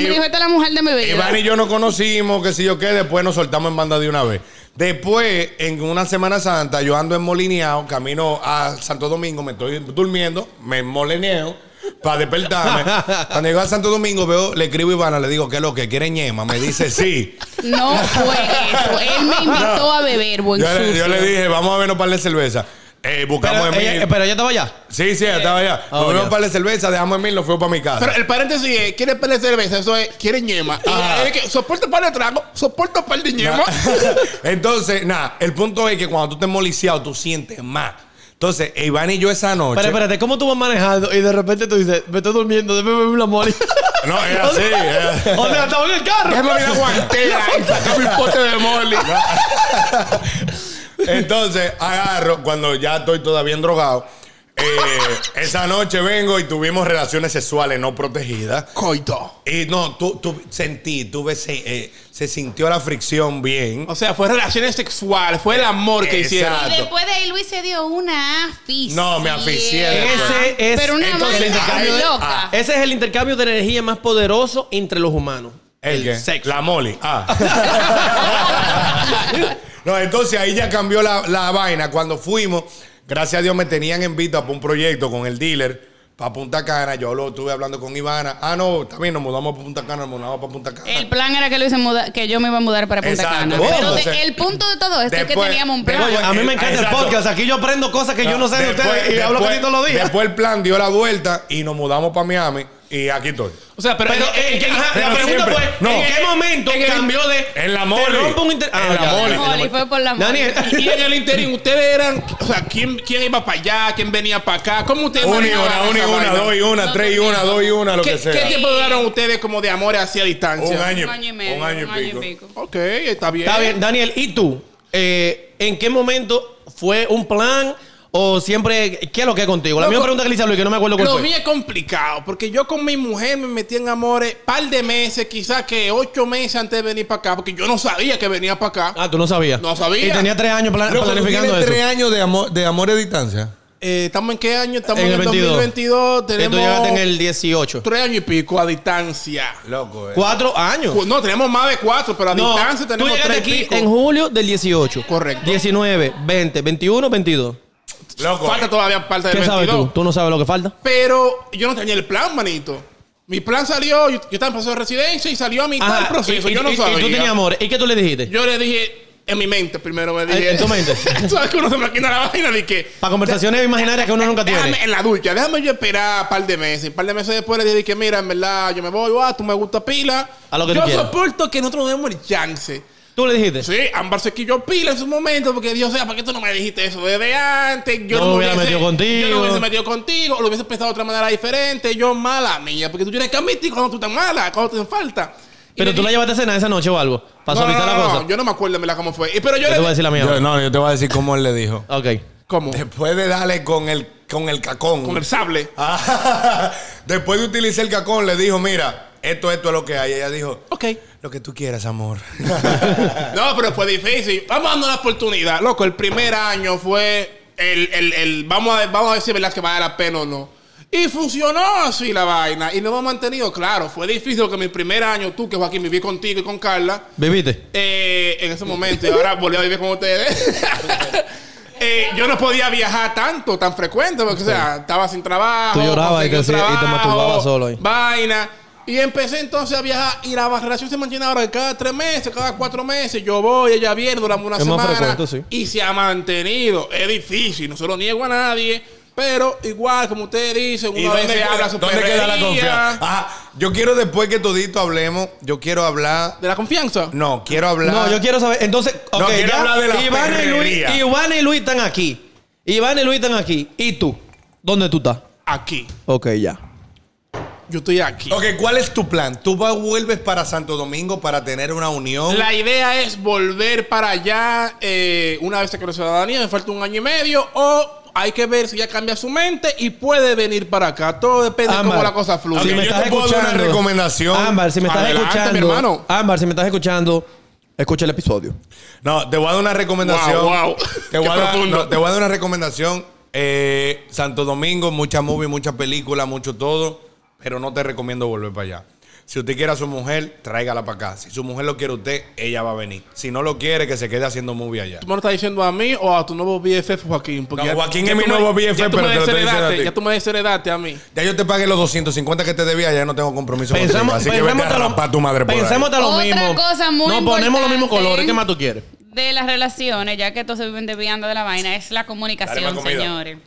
S3: No, y-
S5: me dijo, esta es la mujer de mi vida.
S3: Iván y yo no conocimos, que si yo qué, después nos soltamos en banda de una vez. Después, en una Semana Santa, yo ando en Molineado, camino a Santo Domingo, me estoy durmiendo, me molineo para despertarme. Cuando llego a Santo Domingo, veo, le escribo a Ivana, le digo, ¿qué es lo que quiere ñema? Me dice, sí.
S5: No fue eso. Él me invitó a beber, buen
S3: Yo le, yo
S5: sucio.
S3: le dije, vamos a ver un par de cerveza. Eh, buscamos
S1: Pero
S3: en
S1: ella,
S3: mil.
S1: pero ella estaba allá.
S3: Sí, sí, estaba allá.
S1: Ah,
S3: Nos vimos
S1: ya.
S3: un par de cerveza, dejamos en mil, nos fuimos para mi casa.
S2: Pero el paréntesis es, quiere pele cerveza, eso es, quiere ñema. Y
S3: Ajá.
S2: es que soporta par de trago, soporta par de ñema.
S3: Entonces, nada, el punto es que cuando tú te moliciado, tú sientes más. Entonces, eh, Iván y yo esa noche.
S1: Pero espérate, ¿cómo tú vas manejando y de repente tú dices, me estoy durmiendo, déjame beber una mole?
S3: No, era así. era-
S1: o sea, estaba en el carro.
S2: Déjame abrir la guantera y sacar mi pote de mole.
S3: Entonces, agarro, cuando ya estoy todavía en drogado. eh, esa noche vengo y tuvimos relaciones sexuales no protegidas.
S2: Coito.
S3: Y no, tú, tú sentí, tuve, se sintió la fricción bien.
S2: O sea, fue relaciones sexuales, fue el amor que
S3: Exacto.
S2: hicieron.
S5: Y después de ahí Luis se dio una afición.
S3: No, me aficié después. ah.
S1: Ese es
S5: Pero una
S1: entonces, el
S5: vaina
S1: intercambio de-
S5: loca.
S1: Ese es el intercambio de energía más poderoso entre los humanos.
S3: ¿El, qué?
S1: sexo.
S3: La moli. Ah. no, entonces ahí ya cambió la, la vaina. Cuando fuimos, gracias a Dios me tenían en vista para un proyecto con el dealer. Para Punta Cana, yo lo estuve hablando con Ivana. Ah, no, también nos mudamos para Punta Cana, nos mudamos para Punta Cana.
S5: El plan era que, Luis se muda- que yo me iba a mudar para Punta
S3: Exacto.
S5: Cana.
S3: Oh,
S5: Pero de-
S3: entonces-
S5: el punto de todo esto es que
S3: Después-
S5: teníamos un plan.
S1: Oye, a mí me
S3: Eh,
S1: encanta
S3: exacto.
S1: el podcast. Aquí yo aprendo cosas que yo no sé de
S3: Después-
S1: ustedes y hablo
S3: después-
S1: casi todos los días.
S3: Después el plan dio la vuelta y nos mudamos para Miami y aquí estoy.
S2: O sea, pero,
S1: pero eh, que- ajá,
S3: pero
S1: la pregunta
S3: siempre-
S1: fue:
S3: no.
S1: ¿en qué momento
S2: En el-
S1: cambió de.
S3: en la
S1: te
S3: mole.
S1: rompo un inter- Ah,
S3: En la
S1: ya.
S3: mole.
S5: Oli, fue por la mole.
S1: Daniel.
S2: y en el interín, ustedes eran, o sea, ¿quién, quién iba para allá? ¿Quién venía para acá? ¿Cómo ustedes
S3: Una y
S2: manejaban
S3: una, una y
S2: esa
S3: una,
S2: vaina?
S3: dos y una,
S5: No
S3: tres y
S5: tenía-
S3: una, dos y una, lo
S2: ¿Qué,
S3: que
S2: qué
S3: sea.
S2: tiempo duraron ustedes como de amor hacia distancia?
S3: Un año,
S5: Un año y medio.
S3: un año y pico.
S2: Ok, está bien.
S1: Está bien, Daniel, ¿y tú? Eh, ¿En qué momento fue un plan o siempre. ¿Qué es lo que es contigo? La
S2: Loco,
S1: misma pregunta que le hice a Luis, que no me acuerdo cuál
S2: Lo
S1: fue.
S2: mío es complicado, porque yo con mi mujer me metí en amores par de meses, quizás que ocho meses antes de venir para acá, porque yo no sabía que venía para acá.
S1: Ah, tú no sabías.
S2: No sabía.
S1: Y tenía tres años plan-
S3: Loco, ¿tú
S1: planificando
S3: tienes
S1: eso.
S3: tres años de amor, de amor a distancia?
S2: Eh, ¿Estamos en qué año? Estamos
S1: En
S2: en
S1: el
S2: el 2022.
S1: Que tú
S2: Tenemos
S1: llegaste en el 18.
S2: tres años y pico a distancia.
S3: Loco, eh.
S1: Cuatro años.
S2: Pues no, tenemos más de cuatro, pero a
S1: No,
S2: distancia
S1: tú
S2: tenemos
S1: llegaste
S2: tres y
S1: aquí
S2: pico.
S1: en julio del 18.
S2: Correcto.
S1: 19, 20, 21, 22.
S3: Loco. eh.
S2: Falta todavía parte del
S1: ¿Qué
S2: 22.
S1: sabes tú? ¿Tú no sabes lo que falta?
S2: Pero yo no tenía el plan, manito. Mi plan salió, yo, yo estaba en proceso de residencia y salió a mitad del proceso.
S1: y,
S2: yo no
S1: y- y
S2: sabía.
S1: tú tenías amores. ¿Y qué tú le dijiste?
S2: Yo le dije, en mi mente primero me dije.
S1: en tu mente.
S2: Tú sabes que uno se maquina la vaina de que.
S1: Para conversaciones imaginarias que uno nunca tiene.
S2: Déjame en la ducha, déjame yo esperar un par de meses. Un par de meses después le dije que, mira, en verdad, yo me voy, ah, tú me gusta pila.
S1: A lo que
S2: yo
S1: tú quieras.
S2: soporto que nosotros no demos el chance.
S1: ¿Tú le dijiste?
S2: Sí, Ámbar se quilló pila en su momento porque Dios sea, ¿para qué tú no me dijiste eso desde antes? Yo
S1: No me hubiera metido contigo.
S2: Yo no me hubiese metido contigo, o lo hubiese pensado de otra manera diferente. Yo mala mía, porque tú tienes que admitir cuando tú estás mala, cuando te hacen falta. Y
S1: Pero
S2: le
S1: tú la
S2: dije-
S1: llevaste a cenar esa noche o algo. Para
S2: No, no,
S1: suavizar
S2: no,
S1: la
S2: no,
S1: cosa.
S2: yo no me acuerdo en verdad cómo fue. Y- Pero yo
S1: Yo
S2: le
S1: te voy a decir la mía.
S3: Yo- no, yo te voy a decir cómo él le dijo.
S1: Ok.
S2: ¿Cómo?
S3: Después de darle con el, con el cacón.
S2: Con el sable.
S3: Ah, después de utilizar el cacón, le dijo, mira, esto, esto es lo que hay. Ella dijo,
S2: Ok.
S3: lo que tú quieras, amor.
S2: Ah. No, pero fue difícil. Vamos dando la oportunidad. Loco, el primer año fue el, el, el- vamos, a, vamos a ver si es verdad que vale la pena o no. Y funcionó así la vaina. Y lo hemos mantenido, claro. Fue difícil que mi primer año, tú que Joaquín viví contigo y con Carla,
S1: ¿Viviste?
S2: eh, en ese momento, y ahora volví a vivir con ustedes. Eh, yo no podía viajar tanto, tan frecuente, porque, o sea, estaba sin trabajo.
S1: Tú llorabas y te
S2: conseguí un
S1: hacía- y te
S2: trabajo,
S1: masturbabas solo ahí.
S2: Vaina. Y empecé entonces a viajar y la relación se mantiene ahora que cada tres meses, cada cuatro meses. Yo voy, ella viene durante una
S1: Es más
S2: semana.
S1: frecuente, sí.
S2: Y se ha mantenido. Es difícil, no se lo niego a nadie. Pero igual, como ustedes dicen,
S3: ¿Y
S2: una vez se
S3: queda-
S2: habla su
S3: dónde queda la
S2: perrería.
S3: confianza? Ajá, yo quiero después que todito hablemos, yo quiero hablar...
S2: ¿De la confianza?
S3: No, quiero hablar...
S1: No, yo quiero saber. Entonces, ok,
S3: No, quiero
S1: ya.
S3: hablar de la
S1: Ivana y, Luis,
S3: perrería.
S1: Ivana y Luis están aquí. Ivana y Luis están aquí. ¿Y tú? ¿Dónde tú estás?
S2: Aquí.
S1: Ok, ya.
S2: Yo estoy aquí.
S3: Ok, ¿cuál es tu plan? ¿Tú vas- vuelves para Santo Domingo para tener una unión?
S2: La idea es volver para allá eh, una vez que la ciudadanía, me falta un año y medio, o hay que ver si ya cambia su mente y puede venir para acá. Todo depende de cómo
S1: Ámbar,
S2: la cosa fluya.
S1: Si
S3: Ok,
S1: me
S3: yo
S1: estás
S3: te puedo dar una
S1: escuchando.
S3: recomendación.
S1: Ámbar, si me estás
S2: Adelante, mi
S1: escuchando.
S2: hermano.
S1: Ámbar, si me estás escuchando, escucha el episodio.
S3: No, te voy a dar una recomendación.
S2: Wow, wow.
S3: Te, voy
S2: Qué
S3: a dar,
S2: profundo.
S3: no, te voy a dar una recomendación. Eh, Santo Domingo, mucha movie, mucha película, mucho todo. Pero no te recomiendo volver para allá. Si usted quiere a su mujer, tráigala para acá. Si su mujer lo quiere a usted, ella va a venir. Si no lo quiere, que se quede haciendo movie allá.
S2: ¿Tú me lo estás diciendo a mí o a tu nuevo BFF, Joaquín? Porque
S3: No, Joaquín es
S2: tú
S3: mi
S2: me-
S3: nuevo BFF,
S2: ya tú me
S3: pero te lo estoy diciendo a
S2: desheredaste,
S3: ti.
S2: Ya tú me desheredaste a mí.
S3: Ya yo te pagué los 250 que te debía, ya no tengo compromiso
S1: Pensamos,
S3: contigo. Así que
S1: pensamos
S3: vete a
S1: hasta lo-
S3: rapar tu madre por ahí.
S1: pensamos hasta lo
S5: Otra
S1: mismo.
S5: cosa muy
S1: Nos ponemos los mismos
S5: importante.
S1: colores. ¿Qué más tú quieres?
S5: de las relaciones, ya que todos se viven desviando de la vaina, es la
S3: Dale más
S5: comunicación,
S3: comida.
S5: señores.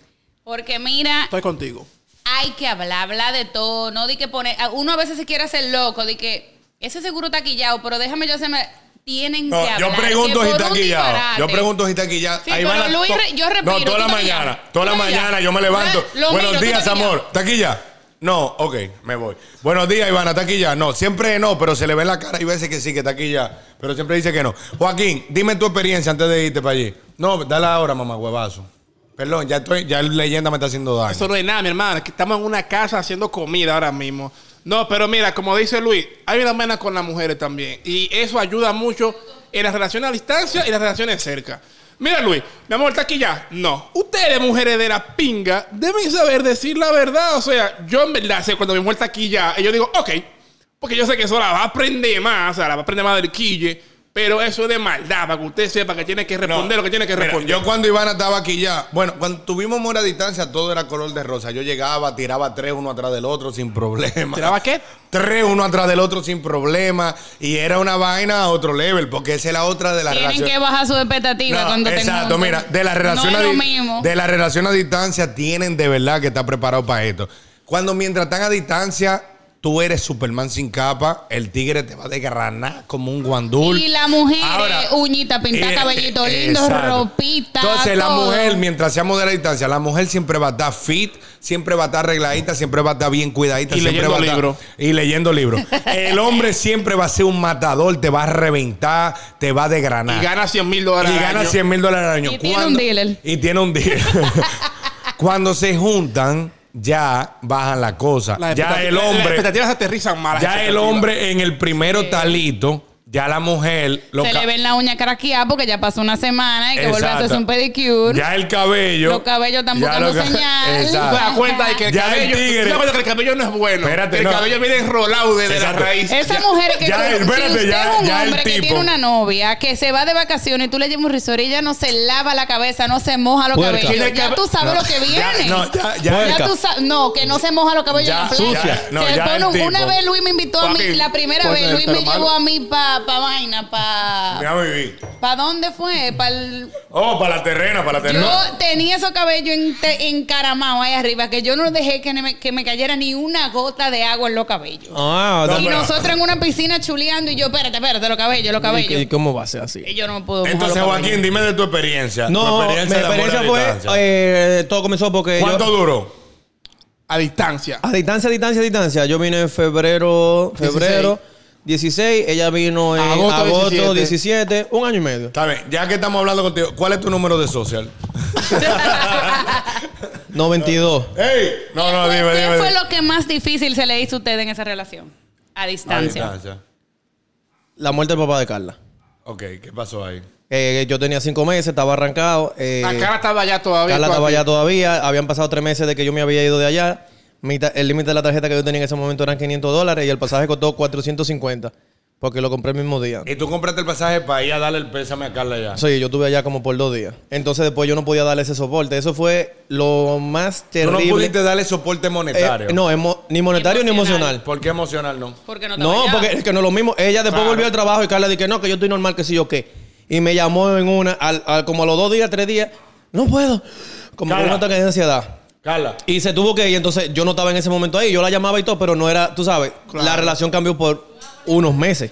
S5: Porque mira,
S2: Estoy contigo.
S5: hay que hablar, hablar de todo, no di que poner, a- uno a veces se quiere hacer loco, de que ese seguro taquillado, pero déjame yo hacerme, tienen
S3: No,
S5: que hablar.
S3: yo pregunto
S5: que
S3: si
S5: por
S3: está
S5: un
S3: aquí ya.
S5: disparate.
S3: Yo pregunto si está aquí ya.
S5: Sí, pero Luis,
S3: to-
S5: re- yo
S3: No,
S5: respiro,
S3: toda
S5: tú
S3: la
S5: te llamas.
S3: mañana. Toda la
S5: Tú te
S3: mañana
S5: llamas.
S3: yo me levanto.
S5: Lo
S3: Buenos
S5: miro, tú
S3: días,
S5: te llamas.
S3: amor. ¿Está aquí ya? No, ok, me voy. Buenos días, Ivana, ¿está aquí ya? No, siempre no, pero se le ve en la cara y veces que sí, que está aquí ya. Pero siempre dice que no. Joaquín, dime tu experiencia antes de irte para allí. No, dale ahora, mamá, huevazo. Perdón, ya estoy, ya la leyenda me está haciendo daño.
S2: Eso no es nada, mi hermano. que estamos en una casa haciendo comida ahora mismo. No, pero mira, como dice Luis, hay una mena con las mujeres también. Y eso ayuda mucho en las relaciones a distancia y las relaciones cerca. Mira, Luis, mi amor, ¿está aquí ya? No. Ustedes, mujeres de la pinga, deben saber decir la verdad. O sea, yo en verdad sé cuando mi mujer está aquí ya, y yo digo, ok, porque yo sé que eso la va a aprender más, o sea, la va a aprender más del quille, pero eso es de maldad, para que usted sepa que tiene que responder lo que tiene que
S3: Mira,
S2: responder.
S3: yo cuando Ivana estaba aquí ya, bueno, cuando tuvimos amor a distancia, todo era color de rosa. Yo llegaba, tiraba tres uno atrás del otro sin problema.
S2: ¿Tiraba qué?
S3: Tres uno atrás del otro sin problema. Y era una vaina a otro level, porque esa es la otra de la
S5: Tienen
S3: relación.
S5: que bajar su expectativa
S3: No,
S5: cuando te
S3: exacto,
S5: encuentren.
S3: mira, de la relación
S5: no
S3: a
S5: es lo
S3: di-
S5: mismo.
S3: de la relación a distancia tienen de verdad que estar preparados para esto. Cuando mientras están a distancia, tú eres Superman sin capa, el tigre te va a desgranar como un guandul.
S5: Y la mujer,
S3: Ahora,
S5: eh, uñita pintada,
S3: eh,
S5: cabellito
S3: eh,
S5: lindo,
S3: exacto.
S5: ropita.
S3: Entonces, la
S5: todo.
S3: mujer, mientras seamos de la distancia, la mujer siempre va a estar fit, siempre va a estar arregladita, siempre va a estar bien cuidadita.
S2: Y
S3: siempre
S2: leyendo
S3: va a estar-
S2: libro.
S3: Y leyendo libros. El hombre siempre va a ser un matador, te va a reventar, te va a desgranar.
S2: Y gana 100 mil dólares.
S3: Y
S2: al
S3: gana
S2: año.
S3: 100 mil dólares al año.
S5: Y tiene
S3: Cuando-
S5: un dealer.
S3: Y tiene un dealer. Cuando se juntan, ya bajan la
S1: Ah,
S3: cosa.
S2: Las
S3: ya
S2: expectativas-
S3: el
S2: Las
S3: hombre,
S2: expectativas aterrizan mal. las
S3: ya el
S2: expectativas.
S3: hombre en el primero talito, ya la mujer lo
S5: Se
S3: ca-
S5: le ven la uña craqueada porque ya pasó una semana y que vuelve a
S3: Exacto.
S5: hacerse un pedicure.
S3: Ya el cabello.
S5: Los cabellos están
S3: ya
S5: buscando
S3: los ca-
S5: señal.
S2: Tú te das
S3: Exacto.
S2: cuenta de que el
S3: Ya el
S2: cabello.
S3: tigre.
S2: tú te das cuenta que el cabello no es bueno.
S3: Espérate,
S2: el
S3: no.
S2: cabello viene enrolado desde
S3: Exacto.
S2: la raíz.
S5: Esa mujer que
S3: ya,
S5: si
S3: espérate,
S5: usted
S3: ya-
S5: es un
S3: ya el
S5: hombre que
S3: tipo.
S5: tiene una novia que se va de vacaciones y tú le llevas un risor y ella no se lava la cabeza, no se moja los
S1: Puerca.
S5: cabellos.
S2: Tiene
S5: Ya
S2: que-
S5: tú sabes
S3: No,
S5: lo que
S3: ya,
S5: viene.
S3: no, ya, ya.
S5: Ya
S1: Puerca.
S5: tú sabes- no, que no se moja los cabellos
S3: Ya,
S5: en la playa.
S3: sucia. No,
S5: Se
S3: ya
S5: pone
S3: el
S5: un-
S3: tipo. pues,
S5: una vez Luis me invitó a mí,
S2: Joaquín,
S5: la primera
S2: Joaquín,
S5: vez Luis me
S2: pero
S5: llevó
S2: malo.
S5: a mí para pa vaina, pa.
S3: Déjame vivir.
S5: ¿Pa dónde fue? Pa el-
S3: Oh, para la terrena, para la
S5: Yo
S3: terrena.
S5: tenía esos cabellos ente- encaramados ahí arriba que yo no dejé que me, que me cayera ni una gota de agua en los cabellos.
S1: Ah,
S3: No,
S5: y
S3: pero-
S5: nosotros en una piscina chuleando y yo, espérate, espérate, los cabellos, los
S1: ¿Y,
S5: cabellos.
S1: y cómo va a ser así?
S5: Y yo no puedo mojar
S3: Entonces,
S5: los cabellos.
S3: Joaquín, dime de tu experiencia.
S1: No,
S3: tu
S1: mi
S3: de amor
S1: experiencia
S3: a
S1: fue.
S3: distancia.
S1: eh, todo comenzó porque. yo-
S3: ¿Cuánto duró?
S2: A distancia.
S1: a distancia, a distancia, a distancia. Yo vine en febrero. Febrero 16. ella vino en
S2: Agosto
S1: agosto, 17.
S2: 17.
S1: Un año y medio.
S3: Está bien, ya que estamos hablando contigo, ¿cuál es tu número de social?
S1: 92.
S3: ¡Ey! No, no,
S5: ¿Qué
S3: dime, dime.
S5: fue- ¿Qué
S3: dime.
S5: fue lo que más difícil se le hizo a usted en esa relación? A
S3: A
S5: distancia.
S3: distancia.
S1: La muerte del papá de Carla.
S3: Ok, ¿qué pasó ahí?
S1: Eh, yo tenía cinco meses, estaba arrancado. eh,
S2: La cara Ah, estaba allá todavía.
S1: Carla estaba
S2: papi.
S1: allá todavía. Habían pasado tres meses de que yo me había ido de allá. Mi ta- el límite de la tarjeta que yo tenía en ese momento eran 500 dólares y el pasaje costó 450 porque lo compré el mismo día.
S3: Y tú compraste el pasaje para ir a darle el pésame a Carla ya.
S1: Sí, yo estuve allá como por dos días. Entonces después yo no podía darle ese soporte. Eso fue lo más
S3: Tú no
S1: terrible.
S3: pudiste darle soporte
S1: Eh,
S3: monetario.
S1: no, emo- ni monetario ni
S5: Emocional.
S1: emocional.
S3: ¿Por qué emocional no?
S5: Porque no estaba
S1: No,
S5: allá.
S1: porque es que no es lo mismo. Ella después volvió al trabajo y Carla dije, no, que yo estoy normal, que sí yo qué. Y me llamó en una, al- al- como a los dos días, tres días, no puedo. Como
S3: Carla.
S1: con una ataque de ansiedad.
S3: Carla.
S1: Y se tuvo que ir, entonces yo no estaba en ese momento ahí. Yo la llamaba y todo, pero no era, tú sabes, la relación cambió por unos meses.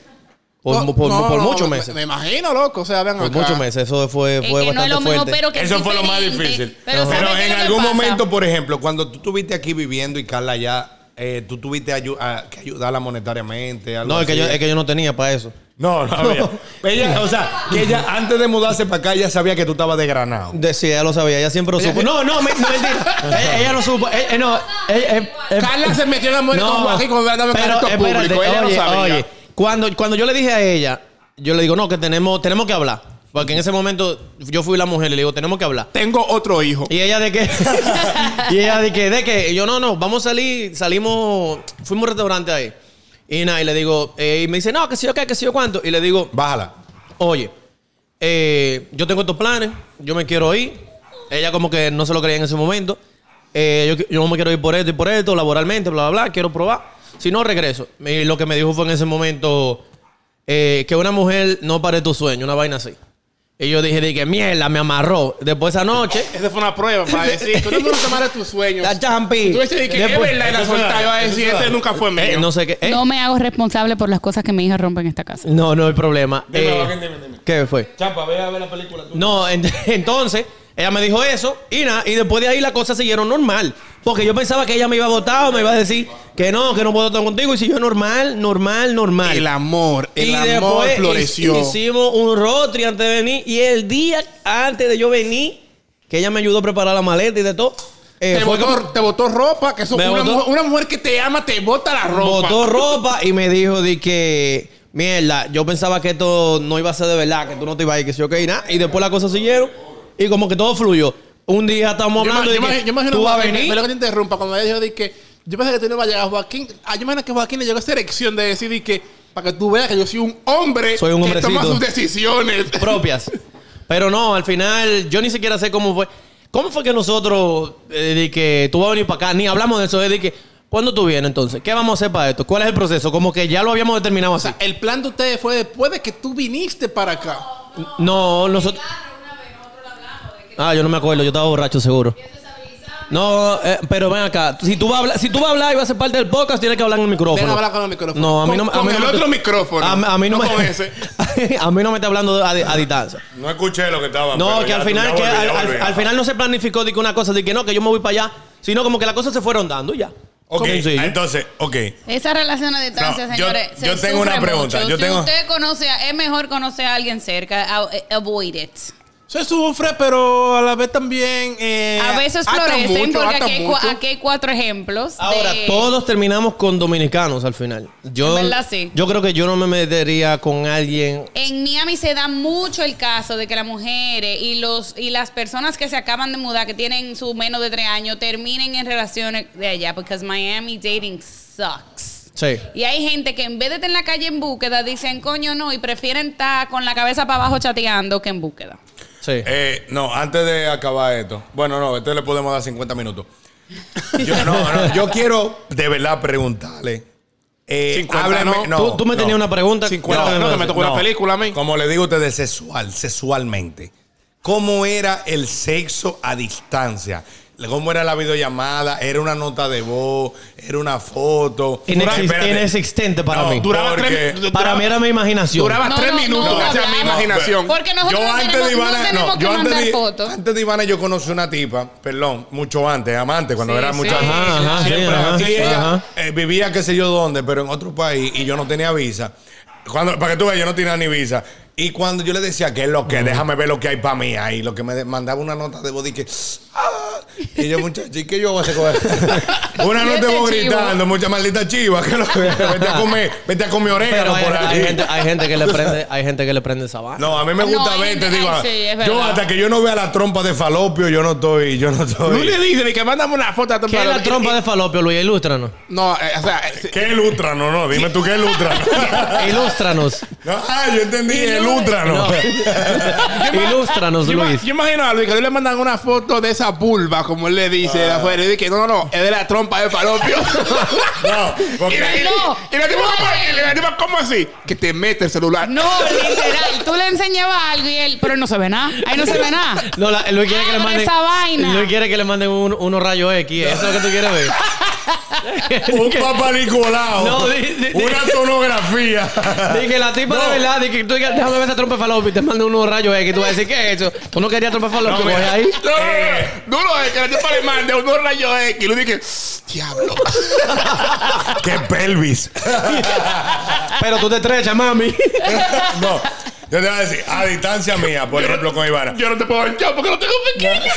S1: Por,
S2: No,
S1: por-
S2: no,
S1: por
S2: no,
S1: muchos
S2: me-
S1: meses.
S2: Me imagino, loco. O sea, vean
S1: por
S2: acá.
S1: muchos meses. Eso fue,
S5: Es
S1: fue
S5: que no
S1: bastante
S5: es lo mismo,
S1: fuerte.
S5: pero que es
S3: Eso fue lo más
S5: diferente.
S3: difícil.
S5: Pero,
S3: Pero,
S5: ¿sabes qué es
S3: en
S5: lo que
S3: algún
S5: pasa?
S3: momento, por ejemplo, cuando tú estuviste aquí viviendo y Carla ya, eh, tú tuviste ayu- a- que ayudarla monetariamente. algo
S1: No, es que,
S3: así.
S1: yo, es que yo no tenía para eso.
S3: No, no había. Ella, o sea, que ella antes de mudarse para acá, ella sabía que tú estabas desgranado.
S1: De- sí, ella lo sabía, ella siempre lo supo. No, no, me- no, mentira. ella, ella lo supo. Eh, eh, no, eh, eh, eh,
S2: Carla se metió en la muerte con Joaquín cuando andaba en
S1: pero
S2: carrito
S1: espérate,
S2: público. Ella
S1: oye,
S2: no sabía.
S1: oye, cuando, cuando yo le dije a ella, yo le digo, no, que tenemos, tenemos que hablar. Porque en ese momento yo fui la mujer y le digo, tenemos que hablar.
S2: Tengo otro hijo.
S1: Y ella de que. y ella de que, de que. y yo, no, no, vamos a salir. Salimos. Fuimos a un restaurante ahí. Y nada, y le digo. eh, y me dice, no, que si yo qué, que si yo cuánto. Y le digo,
S3: Bájala.
S1: oye, eh, yo tengo estos planes. Yo me quiero ir. Ella como que no se lo creía en ese momento. Eh, yo, qui- yo me quiero ir por esto y por esto, laboralmente, bla, bla, bla. Quiero probar. Si no, regreso. Y lo que me dijo fue en ese momento eh, que una mujer no pare tu sueño, una vaina así. Y yo dije, dije, mierda, me amarró. Después esa noche.
S2: Esa fue una prueba para decir, tú no puedes tomar a tus sueños.
S1: La champi.
S2: Tú dices que es
S1: Después-
S2: verdad y la soltaste. Yo a decir, este nunca fue mío.
S1: Eh, no sé qué. eh,
S5: No me hago responsable por las cosas que mi hija rompe en esta casa.
S1: Este, No, no hay problema. Eh, ¿Qué fue?
S4: Champa, ve a ver la película tú.
S1: No, en- entonces, ella me dijo eso y nada, y después de ahí las cosas siguieron normal. Porque yo pensaba que ella me iba a votar o me iba a decir que no, que no puedo estar contigo. Y si yo normal, normal, normal.
S2: El amor, el
S1: y
S2: amor
S1: después
S2: floreció.
S1: hi- hicimos un road trip antes de venir. Y el día antes de yo venir, que ella me ayudó a preparar la maleta y de todo, eh,
S2: te,
S1: fue
S2: botó,
S1: como-
S2: te botó ropa, que eso,
S1: Me
S2: una,
S1: botó-
S2: mu- una mujer que te ama te bota la ropa.
S1: botó ropa y me dijo de que mierda, yo pensaba que esto no iba a ser de verdad, que tú no te ibas a ir, que sí, ok, nada. Y después las cosas siguieron y como que todo fluyó. Un día estamos
S2: Yo, ima-
S1: hablando
S2: yo
S1: de
S2: ima-
S1: que
S2: yo imagino
S1: tú vas a
S2: Joaquín,
S1: venir.
S2: pero que te interrumpa, cuando ella dijo de que yo pensé que tú no ibas a llegar Joaquín. Ah, yo imagino que Joaquín le llegó esa erección de decir de que para que tú veas que yo soy un hombre
S1: Soy un
S2: que toma
S1: hombrecito.
S2: sus decisiones.
S1: propias. Pero no, al final yo ni siquiera sé cómo fue. ¿Cómo fue que nosotros, eh, de que tú vas a venir para acá, ni hablamos de eso, es de que, ¿cuándo tú vienes entonces? ¿Qué vamos a hacer para esto? ¿Cuál es el proceso? Como que ya lo habíamos determinado así.
S2: El plan de ustedes fue después de que tú viniste para acá.
S1: No, nosotros. Ah, yo no me acuerdo, yo estaba borracho seguro. No, eh, pero ven acá. Si tú vas a hablar, si tú vas a hablar y vas a ser parte del podcast, tienes que hablar en el micrófono.
S2: Ven a hablar con el micrófono.
S1: No, a mí no,
S2: Con-
S1: a mí
S2: con
S1: no
S2: el
S1: me-
S2: otro micrófono.
S1: A, a mí no,
S2: No
S1: me.
S2: con ese.
S1: a mí no me está hablando de- a, a distancia.
S3: No escuché lo que estaba.
S1: No,
S3: pero
S1: que
S3: ya
S1: al
S3: tú-
S1: final,
S3: ya
S1: que
S3: volví,
S1: al,
S3: ya
S1: al-
S3: volví.
S1: al final no se planificó de que una cosa, de que no, que yo me voy para allá, sino como que las cosas se fueron dando y ya.
S3: Ok,
S1: Como sencillo.
S3: entonces, ok.
S5: Esa relación a distancia,
S3: No, yo-
S5: señores. se
S3: yo tengo una
S5: sufre
S3: pregunta,
S5: mucho.
S3: yo
S5: si
S3: tengo-
S5: usted conoce, a- es mejor conocer a alguien cerca. a- Avoid it.
S2: Se sufre, pero a la vez también. eh,
S5: a veces
S2: ata
S5: florecen
S2: mucho,
S5: porque
S2: ata
S5: aquí hay, cua-
S2: mucho.
S5: aquí hay cuatro ejemplos.
S1: Ahora,
S5: de-
S1: todos terminamos con dominicanos al final. Yo,
S5: En verdad, sí.
S1: yo creo que yo no me metería con alguien
S5: En Miami se da mucho el caso de que las mujeres y los y las personas que se acaban de mudar, que tienen su menos de tres años, terminen en relaciones de allá, porque Miami dating sucks.
S1: Sí.
S5: Y hay gente que en vez de estar en la calle en búsqueda, dicen coño no, y prefieren estar con la cabeza para abajo chateando que en búsqueda.
S1: Sí.
S3: Eh, no, antes de acabar esto. Bueno, no, esto le podemos dar 50 minutos. Yo, no, no, yo quiero de verdad preguntarle. eh,
S2: 50
S3: háblenme-
S2: no.
S1: tú, tú me tenías una pregunta.
S2: 50
S1: Cuéntame
S2: no, que
S1: más.
S2: me tocó una película a mí.
S3: Como le digo a ustedes, sexual, sexualmente. ¿Cómo era el sexo a distancia? ¿Cómo era la videollamada? ¿Era una nota de voz? ¿Era una foto?
S1: Inex-
S3: Espérate.
S1: inexistente para
S3: No,
S1: mí.
S3: dura-
S2: Duraba tres
S3: Porque-
S2: duraba-
S1: Para mí era mi imaginación.
S2: Duraba
S5: No,
S2: tres
S5: no,
S2: minutos.
S5: no,
S2: gracias a mi
S5: hablamos.
S2: imaginación.
S5: Porque nosotros
S3: yo
S5: no
S3: antes
S5: tenemos,
S3: de Ivana,
S5: no tenemos
S3: no,
S5: que
S3: yo antes
S5: mandar
S3: de,
S5: fotos.
S3: antes de Ivana yo conocí una tipa, perdón, mucho antes, amante, cuando
S5: Sí,
S3: era
S5: sí.
S3: muchacha.
S1: Ajá, ajá, sí,
S3: Siempre
S1: ajá,
S3: así. Y ella,
S1: ajá.
S3: eh, vivía qué sé yo dónde, pero en otro país y yo no tenía visa. Cuando, para que tú veas, yo no tenía ni visa. Y cuando yo le decía, ¿qué es lo que? Déjame ver lo que hay para mí ahí. Lo que me de- mandaba una nota de voz y que... "Ah". Y yo, muchacho, ¿y qué yo voy a hacer con esto? Una nota
S5: Y
S3: de
S5: este
S3: voz
S5: chivo.
S3: gritando, mucha maldita chiva. Que lo, vete a comer, vete a comer orégano
S1: Pero hay,
S3: por ahí.
S1: hay gente, hay gente que le prende, hay gente que le prende esa vaina.
S3: No, a mí me
S5: No,
S3: gusta
S5: hay
S3: ver, te
S5: gente-
S3: digo.
S5: ay, sí, es
S3: yo
S5: verdad.
S3: hasta que yo no vea la trompa de falopio, yo no estoy, yo no
S2: No le
S3: estoy.
S2: dice ni que mandamos una foto a tu
S1: ¿Qué es la
S2: padre.
S1: trompa de falopio, Luis? Ilústranos.
S2: No, eh, o sea, eh,
S3: ¿Qué es el útrano? No, dime tú qué es el útrano.
S1: Ilústranos.
S3: No, ah, yo entendí, el
S1: No.
S3: útrano.
S1: Ilústranos,
S2: yo, ima-
S1: Luis.
S2: yo imagino a Luis que a Luis le mandan una foto de esa vulva, como él le dice de afuera. Y dice que no, no, no, es de la trompa de falopio.
S3: No,
S2: y, la, y-
S3: porque
S5: No.
S2: y la tipa, ¿cómo, y la tipa, ¿cómo así? Que te mete el celular.
S5: No, literal. Tú le enseñabas algo y él, pero no se ve nada. Ahí no se ve nada.
S1: No, la- Luis quiere que le
S5: Abre
S1: manden.
S5: esa vaina.
S1: Luis quiere que le manden un- unos rayos X. Eso es lo que tú quieres ver.
S3: un papá Nicolau.
S1: No, di- di- di-
S3: una sonografía.
S1: Dije, la tipa
S3: No.
S1: de verdad, dije, tú digas, déjame ver esa trompa de falopio y te manda unos rayos X. Tú vas a decir, ¿qué es eso? Tú no querías trompa de falopio,
S3: mira.
S1: coge ahí.
S2: No, no, no, no, no, es que la tipa le mande unos rayos X. Y Luis dice, diablo.
S3: Qué pelvis.
S1: Pero tú te estrechas, mami.
S3: no. Yo te voy a decir, a distancia mía, por ejemplo, con Ivana.
S2: Yo no te puedo echar porque no tengo pequeño.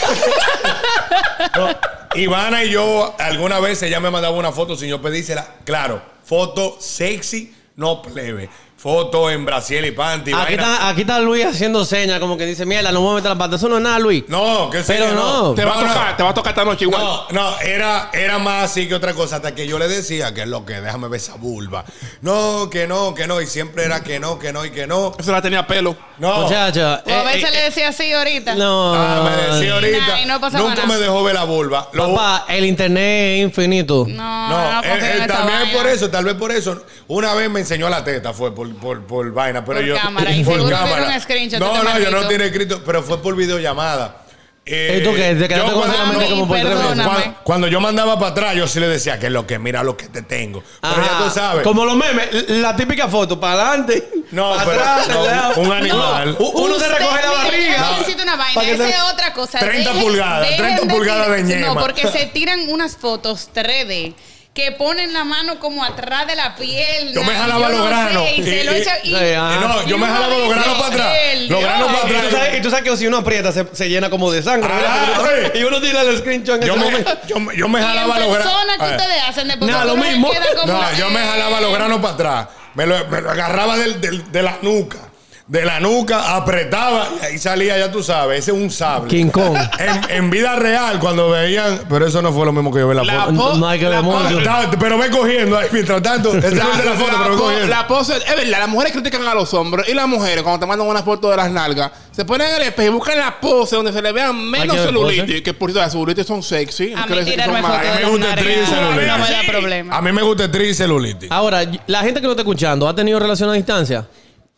S3: Ivana y yo, alguna vez ella me mandaba una foto sin yo pedírsela. Claro, foto sexy, no plebe. Foto en Brasil y panty.
S1: Aquí
S3: vaina.
S1: está, aquí está Luis haciendo señas, como que dice, mierda, no voy a meter la pata. Eso no es nada, Luis.
S3: No, que
S1: Pero
S3: serio,
S1: no.
S2: Te va a
S3: No, no.
S2: tocar, te va a tocar esta noche igual.
S3: No, no, era, era más así que otra cosa. Hasta que yo le decía que es lo que, déjame ver esa vulva. No, que no, que no. Y siempre era que no, que no y que no.
S2: Eso la tenía pelo.
S3: No.
S1: Muchacha.
S5: O a
S1: eh,
S5: veces
S1: eh,
S5: le decía así ahorita.
S1: No.
S3: Ah, me decía ahorita.
S5: Nah, y no pasaba
S3: nunca
S5: nada.
S3: me dejó ver la vulva. Lo-
S1: Papá, el internet es infinito.
S3: No,
S5: No, no, no
S3: eh,
S5: confío
S3: eh,
S5: en esa
S3: también
S5: vaina.
S3: por eso, tal vez por eso. Una vez me enseñó la teta, fue por, por, por vaina, pero
S5: Por
S3: yo.
S5: cámara, y seguro tiene un screenshot de
S3: No,
S5: este
S3: no, yo no
S5: maldito.
S3: tiene escrito, pero fue por videollamada. Eh,
S1: ¿Y tú qué? ¿Te quedaste
S3: yo
S1: con
S3: cuando-
S1: solamente como por tres
S3: cuando-
S1: meses?
S5: Perdóname.
S3: Cuando yo mandaba para atrás, yo sí le decía que es lo que, mira lo que te tengo. Pero
S1: Ajá.
S3: ya tú sabes.
S1: Como los memes, la típica foto, para adelante.
S3: No,
S1: para
S3: pero
S1: atrás,
S3: no,
S1: al lado.
S3: un animal.
S1: No, uno se
S5: Usted-
S1: recoge la
S5: mire,
S1: barriga.
S5: yo necesito una vaina.
S1: Para que
S5: Esa
S1: se-
S5: es otra cosa.
S3: 30 pulgadas, 30 pulgadas de
S5: tirar-
S3: ñema.
S5: No, porque se tiran unas fotos 3D que ponen la mano como atrás de la piel.
S3: Yo me jalaba los
S5: no sé,
S3: granos.
S5: Y, se
S3: Y-
S5: lo
S3: y-
S5: echa- y-
S1: Sí, ah. ajá.
S3: Eh, no, yo
S5: y
S3: me
S5: uno
S3: jalaba los
S5: dice,
S3: granos para atrás.
S5: el
S3: Los granos
S5: Dios.
S1: Y
S3: para
S1: tú, sabes, y
S3: atrás.
S1: tú sabes que si uno aprieta se, se llena como de sangre.
S3: Ah,
S1: ¿verdad?
S3: sí.
S1: y uno tira el screenshot en
S3: Yo
S1: ese
S3: me,
S1: momento.
S3: yo, me- yo me
S5: Y en
S3: jalaba los Eh.
S5: persona que
S3: granos.
S5: ustedes hacen de
S1: Nada, lo
S5: uno le
S1: mismo.
S5: queda como-
S3: No, yo me jalaba los granos para atrás. Me lo, me lo agarraba del- del- de la nuca. De la nuca, apretaba y ahí salía, ya tú sabes, ese es un sable.
S1: King Kong.
S3: En, en vida real, cuando veían, pero eso no fue lo mismo que yo vi en la,
S2: La
S3: foto.
S2: po-
S1: No hay que ver
S2: la
S1: mucho.
S2: po-
S3: Estaba- pero ve cogiendo ahí mientras tanto. Ese es el de la foto, pero ve
S2: po-
S3: cogiendo.
S2: la pose, es verdad, las mujeres critican a los hombres y las mujeres cuando te mandan una foto de las nalgas, se ponen en el espejo y buscan la pose donde se le vean menos
S1: que ver
S2: celulitis,
S1: pose.
S2: que por cierto las celulitis son sexy. no
S5: A
S2: quiere
S5: mí
S2: decir que son
S5: tirarme
S2: malas.
S5: fotos de
S3: me
S5: las
S3: gusta el
S5: nalgas,
S3: tríceps,
S5: No me da
S3: Luis.
S5: problema.
S2: Ah,
S3: A mí me gusta el tri y celulitis.
S1: Ahora, la gente que no está escuchando, ¿ha tenido relación a distancia?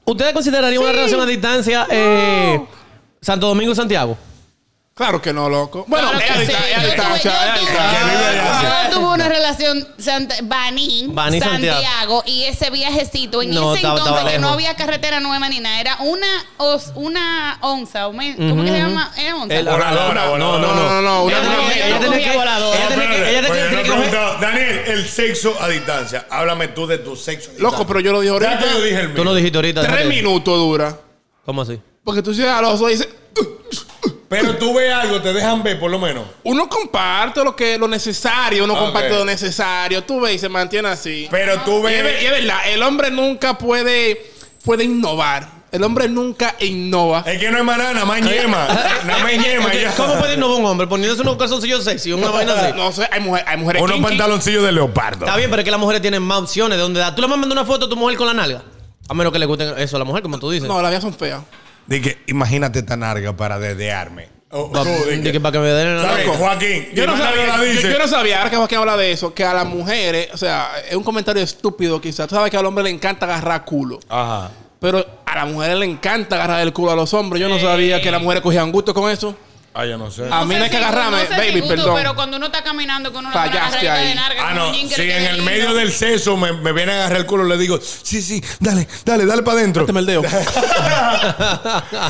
S1: ¿Ustedes considerarían una relación a distancia eh, Santo Domingo-Santiago?
S2: Claro que no, loco. Bueno,
S5: Claro
S2: es a
S5: que sí.
S2: dista- es a
S5: Yo
S2: distancia, es a
S5: tuve-
S2: distancia.
S3: El que vive allá.
S5: Yo tuve una relación Santa- Baní,
S1: Baní, Santiago.
S5: Santiago, y ese viajecito en
S1: No,
S5: ese
S1: estaba-
S5: entonces
S1: estaba
S5: que no
S1: lejos.
S5: había carretera nueva ni nada, era una os- una onza, o men- ¿cómo que se llama? ¿Es onza?
S1: El-
S3: Voladora,
S2: No,
S3: voladora.
S2: no, no, no, una-
S5: No,
S2: una-
S5: no,
S1: Ella
S5: no,
S1: tiene
S5: cogía
S1: que-
S5: voladora.
S1: ella tiene que-
S3: Espérate,
S1: ella tiene-
S3: porque
S1: tiene
S3: no
S1: que
S3: he
S1: coger-
S3: preguntado. Daniel, el sexo a distancia. Háblame tú de tu sexo. a
S2: Loco,
S3: distancia.
S2: pero yo lo dije
S3: Ya te
S2: ahorita.
S3: lo dije el mío.
S1: Tú no dijiste ahorita.
S2: Tres
S1: déjate.
S2: minutos Oh dura.
S1: ¿Cómo así?
S2: Porque tú llegas a los dos y dices, "Uh".
S3: Pero tú ves algo, te dejan ver por lo menos.
S2: uno comparte lo que lo necesario, uno
S3: Ah, Ok.
S2: comparte lo necesario. Tú ves y se mantiene así.
S3: Pero tú
S2: Y es, ver- y
S3: ves.
S2: es verdad, el hombre nunca puede, puede innovar. El hombre nunca innova.
S3: Es que no es maná, nada más ñema. Nada más ñema.
S1: Ok,
S3: ya.
S1: ¿Cómo puede innovar un hombre poniéndose unos calzoncillos sexy, una vaina así?
S2: No sé, hay, mujer- hay mujeres
S3: Unos
S2: kinky.
S3: pantaloncillos de leopardo.
S1: Está bien, pero es que las mujeres tienen más opciones de dónde dar. Tú le mandas una foto a tu mujer con la nalga. A menos que le guste eso a la mujer, como tú dices.
S2: No, las mías son feas.
S3: Dije, imagínate esta narga para dedearme. Oh,
S1: Pa-
S3: oh,
S1: de
S3: dije-
S1: que para que me den la-
S3: ¿Sabes, Joaquín?
S2: Yo no,
S3: Iván
S2: sabía,
S3: Arriola
S2: yo,
S3: dice-
S2: yo no sabía, ahora que Joaquín habla de eso, que a las mujeres, o sea, es un comentario estúpido quizás. Tú sabes que al hombre le encanta agarrar culo.
S3: Ajá.
S2: Pero a las mujeres le encanta agarrar el culo a los hombres. Yo no sabía que las mujeres cogían gusto con eso.
S3: Ah, yo no sé.
S2: A mí no hay que agarrarme, baby,
S5: gusto,
S2: perdón.
S5: Pero cuando uno está caminando con una
S2: Fallaste
S5: agarradita
S2: ahí.
S5: de narga,
S3: Ah,
S5: con
S3: no.
S5: un jean que
S3: Si
S5: le
S3: en
S5: quede
S3: el
S5: lindo.
S3: medio del sexo me, me viene a agarrar el culo, le digo, sí, sí, dale, dale, dale para adentro.
S2: Méteme el dedo.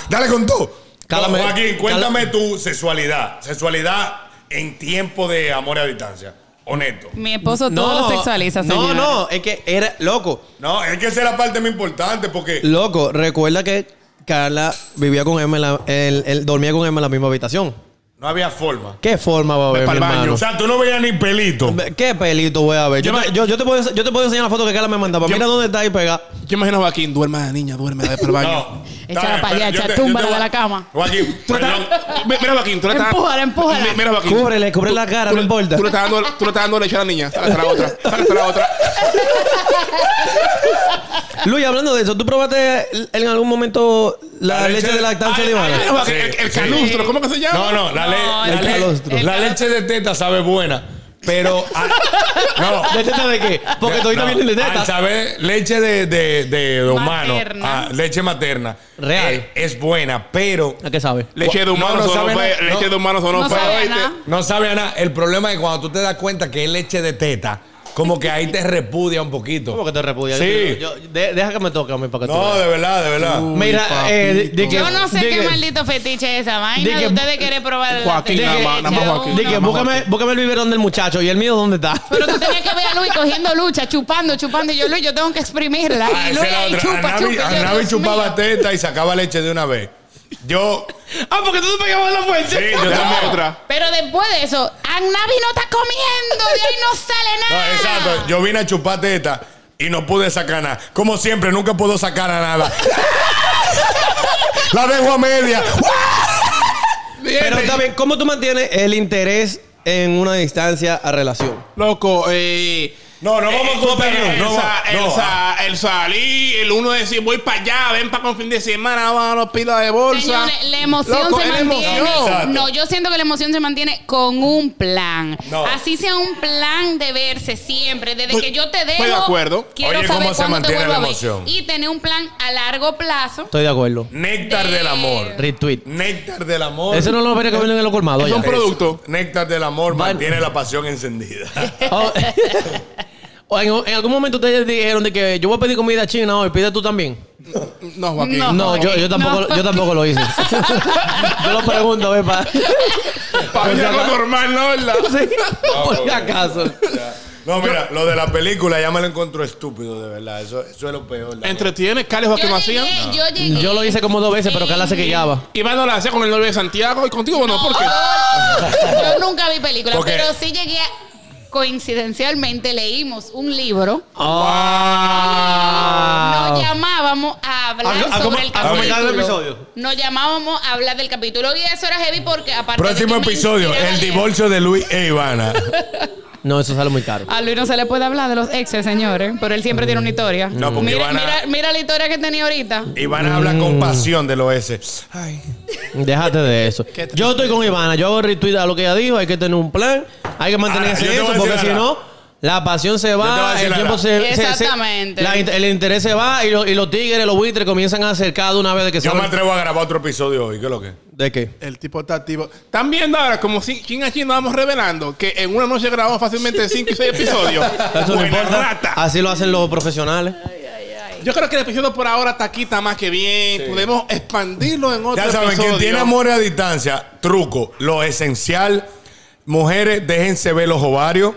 S3: Dale con todo.
S1: Cálame.
S3: No, Joaquín, cuéntame tu sexualidad. Sexualidad en tiempo de amor a distancia. Honesto.
S5: Mi esposo todo lo sexualiza,
S1: No,
S5: señores.
S1: no, es que era loco.
S3: No, es que esa es la parte más importante porque.
S1: Loco, recuerda que Carla vivía con Emma, en la- él, él dormía con Emma en la misma habitación.
S3: No había forma.
S1: ¿Qué forma va a haber, mi
S2: pa'l baño.
S1: hermano?
S3: O sea, tú no veías ni pelito.
S1: ¿Qué pelito voy a ver? Yo,
S2: Yo
S1: te,
S2: me-
S1: yo- yo te puedo, ense- yo te puedo enseñar la foto que Carla me mandaba.
S2: Yo-
S1: Mira dónde está ahí pegada.
S2: Yo imagino a Joaquín, duerme la niña, duerme de para el baño.
S3: No.
S5: Échala
S3: Está bien,
S5: pa' allá,
S3: pero yo
S5: echa,
S3: te- yo te
S5: túmbala
S3: voy-
S5: de la cama.
S3: Joaquín,
S2: Tú le
S3: perdón.
S2: estás- Mi- Mira, Joaquín, tú le estás.
S5: Empújala, empújala.
S2: Mi- Mira, Joaquín.
S1: Cúbrele, cubre la cara, no importa.
S2: Tú le estás dando, tú le estás dando leche a la niña. Sácate la otra. Sácate la otra.
S1: Luis, hablando de eso, ¿tú probaste en algún momento la,
S3: La
S1: leche
S3: leche
S1: de
S3: de-
S1: lactancia
S3: Ay,
S1: de Ivana?
S2: Mira, Joaquín,
S3: Sí,
S2: el, el
S3: sí.
S2: canustro, ¿cómo que se llama?
S3: No, no, la, le-
S5: No,
S3: la
S5: el
S3: le-
S1: calostro.
S3: la leche de teta sabe buena, pero. al- no.
S1: ¿De teta de qué? Porque todavía
S3: no,
S1: vienen de
S3: Al
S1: teta.
S3: saber leche de, de, de, de humano,
S5: Materna.
S3: ah, leche materna,
S1: Real.
S3: eh, es buena, pero
S1: ¿A qué sabe?
S2: Leche de humano
S3: No, no
S2: son
S3: sabe
S2: los
S3: nada.
S2: fe- Leche
S3: No.
S2: de humano son
S5: No
S2: los
S5: sabe
S2: feos,
S5: nada.
S2: ¿oíste?
S3: no sabe a nada. El problema es cuando tú te das cuenta que es leche de teta, como que ahí te repudia un poquito.
S1: ¿Cómo que te repudia?
S3: Sí.
S1: Yo- yo- de- deja que me toque a mí para que tú
S3: No,
S1: veas.
S3: de verdad, de verdad.
S1: Mira, eh, de- de que-
S5: Yo no sé
S1: de
S5: qué
S1: que-
S5: maldito fetiche es esa vaina.
S1: Di que-
S5: de ustedes quieren probar la
S2: Joaquín,
S5: leche
S2: nada más- nada más
S5: de
S2: Joaquín.
S5: uno.
S1: Di que búscame, búscame el biberón del muchacho y el mío, ¿dónde está?
S5: Pero tú tenías que ver a Luis cogiendo lucha, chupando, chupando. Y yo, Luis, yo tengo que exprimirla.
S3: Ah,
S5: y
S3: esa
S5: Luis
S3: era
S5: ahí
S3: otra.
S5: chupa,
S3: Anabi-
S5: chupa. y yo,
S3: Anabi
S5: Dios
S3: chupaba
S5: mío.
S3: teta y sacaba leche de una vez. Yo,
S1: ah, porque tú te pegabas la fuente.
S3: sí, yo
S2: Dame
S3: también.
S2: otra.
S5: Pero después de eso, Anabi no está comiendo. De ahí no sale
S3: No,
S5: nada.
S3: exacto. Yo vine a chupar teta y no pude sacar nada. Como siempre, nunca puedo sacar a nada. La dejo a media.
S1: Pero también, ¿cómo tú mantienes el interés en una distancia a relación?
S2: Loco, eh.
S3: No, no vamos a contar.
S2: El,
S3: No,
S2: sa-
S3: no,
S2: el
S3: no.
S2: sa- el salir, el uno decir voy para allá, ven para con fin de semana, vamos a los pilas de bolsa.
S5: Señores, la emoción
S2: Loco,
S5: se
S2: es la
S5: mantiene.
S3: emoción.
S5: No, yo siento que la emoción se mantiene con un plan.
S3: No.
S5: Así sea un plan de verse siempre. Desde
S2: Estoy-
S5: que yo te dejo,
S2: estoy de acuerdo.
S5: quiero
S3: Oye,
S5: saber
S3: ¿cómo se
S5: cuándo te
S3: mantiene
S5: vuelvo
S3: la
S5: a ver.
S3: emoción?
S5: Y tener un plan a largo plazo.
S1: Estoy de acuerdo.
S3: Néctar
S5: De-
S3: del amor.
S1: Retweet.
S3: Néctar del amor.
S1: Ese no lo veré que vienen en los colmados.
S2: Es
S1: allá.
S2: un producto.
S3: Néctar del amor
S1: Vale.
S3: mantiene la pasión encendida.
S1: Oh, o Oh, en, en algún momento ustedes dijeron de que yo voy a pedir comida china hoy, pide tú también.
S2: No, Joaquín.
S5: No.
S1: No, yo, yo, tampoco,
S5: No.
S1: yo tampoco lo hice. yo lo pregunto, a ver, pa.
S2: Para mí es algo
S1: Pues,
S2: normal, ¿no? ¿Verdad?
S1: Sí, por si acaso.
S3: No, mira, lo de la película ya me lo encuentro estúpido, de verdad. Eso, eso es lo peor. la
S2: Entretiene, Cali Joaquín lo
S5: Yo
S2: hacían.
S5: llegué, yo llegué.
S1: Yo lo hice como dos veces, pero Carla se quillaba.
S2: Iván no la hacía con el novio de Santiago y contigo, ¿o ¿no? ¿Por qué?
S5: Yo nunca vi películas,
S3: Porque-
S5: pero sí llegué a, coincidencialmente leímos un libro.
S1: Ah.
S5: Nos llamábamos a hablar
S1: ¿A- a Ah, cómo-
S5: sobre el
S1: a comentar el
S5: capítulo.
S1: episodio?
S5: Nos llamábamos a hablar del capítulo y eso era heavy porque aparte
S3: Próximo
S5: de que me
S3: episodio,
S5: inspiraba
S3: el
S5: leer-
S3: divorcio de Luis e Ivana.
S1: No, eso sale muy caro.
S5: A Luis no se le puede hablar de los exes, señores, pero él siempre tiene una historia.
S3: Mm. No, porque
S5: mira,
S3: van a-
S5: mira, mira la historia que tenía ahorita.
S3: Ivana habla con pasión de lo ese. Ay.
S1: Déjate de eso. Yo estoy con Ivana, yo hago retweet a lo que ella dijo, hay que tener un plan, hay que mantenerse
S3: Ahora, yo te
S1: en eso,
S3: voy a
S1: porque si
S3: decir
S1: no,
S3: algo.
S1: la pasión se
S3: Yo te voy a
S1: va,
S3: decir
S1: el
S3: algo.
S1: tiempo se... se- se-
S5: Exactamente.
S1: la in- el interés se va y, lo- y los tigres, los buitres comienzan a acercar de una vez de que
S3: Yo me
S1: saben-
S3: atrevo a grabar otro episodio hoy. ¿Qué es lo que?
S1: ¿De qué?
S2: El tipo está activo. Están viendo ahora como si chin a chin nos vamos revelando que en una noche grabamos fácilmente 5 y 6 episodios.
S1: Eso no
S2: Buena
S1: importa. Ah.
S2: rata.
S1: Así lo hacen los profesionales.
S2: Yo creo que el episodio por ahora está aquí, está más que bien. Podemos expandirlo en otro
S3: Ya saben,
S2: episodio.
S3: quien tiene amor a distancia, truco, lo esencial. Mujeres, déjense ver los ovarios.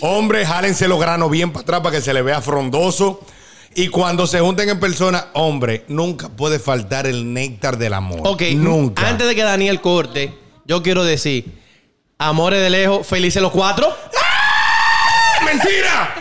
S3: Hombres, jálense los granos bien para atrás para que se le vea frondoso. Y cuando se junten en persona, hombre, nunca puede faltar el néctar del amor.
S1: Ok,
S3: Nunca.
S1: antes de que Daniel corte, yo quiero decir, amores de lejos, felices los cuatro.
S3: ¡Mentira!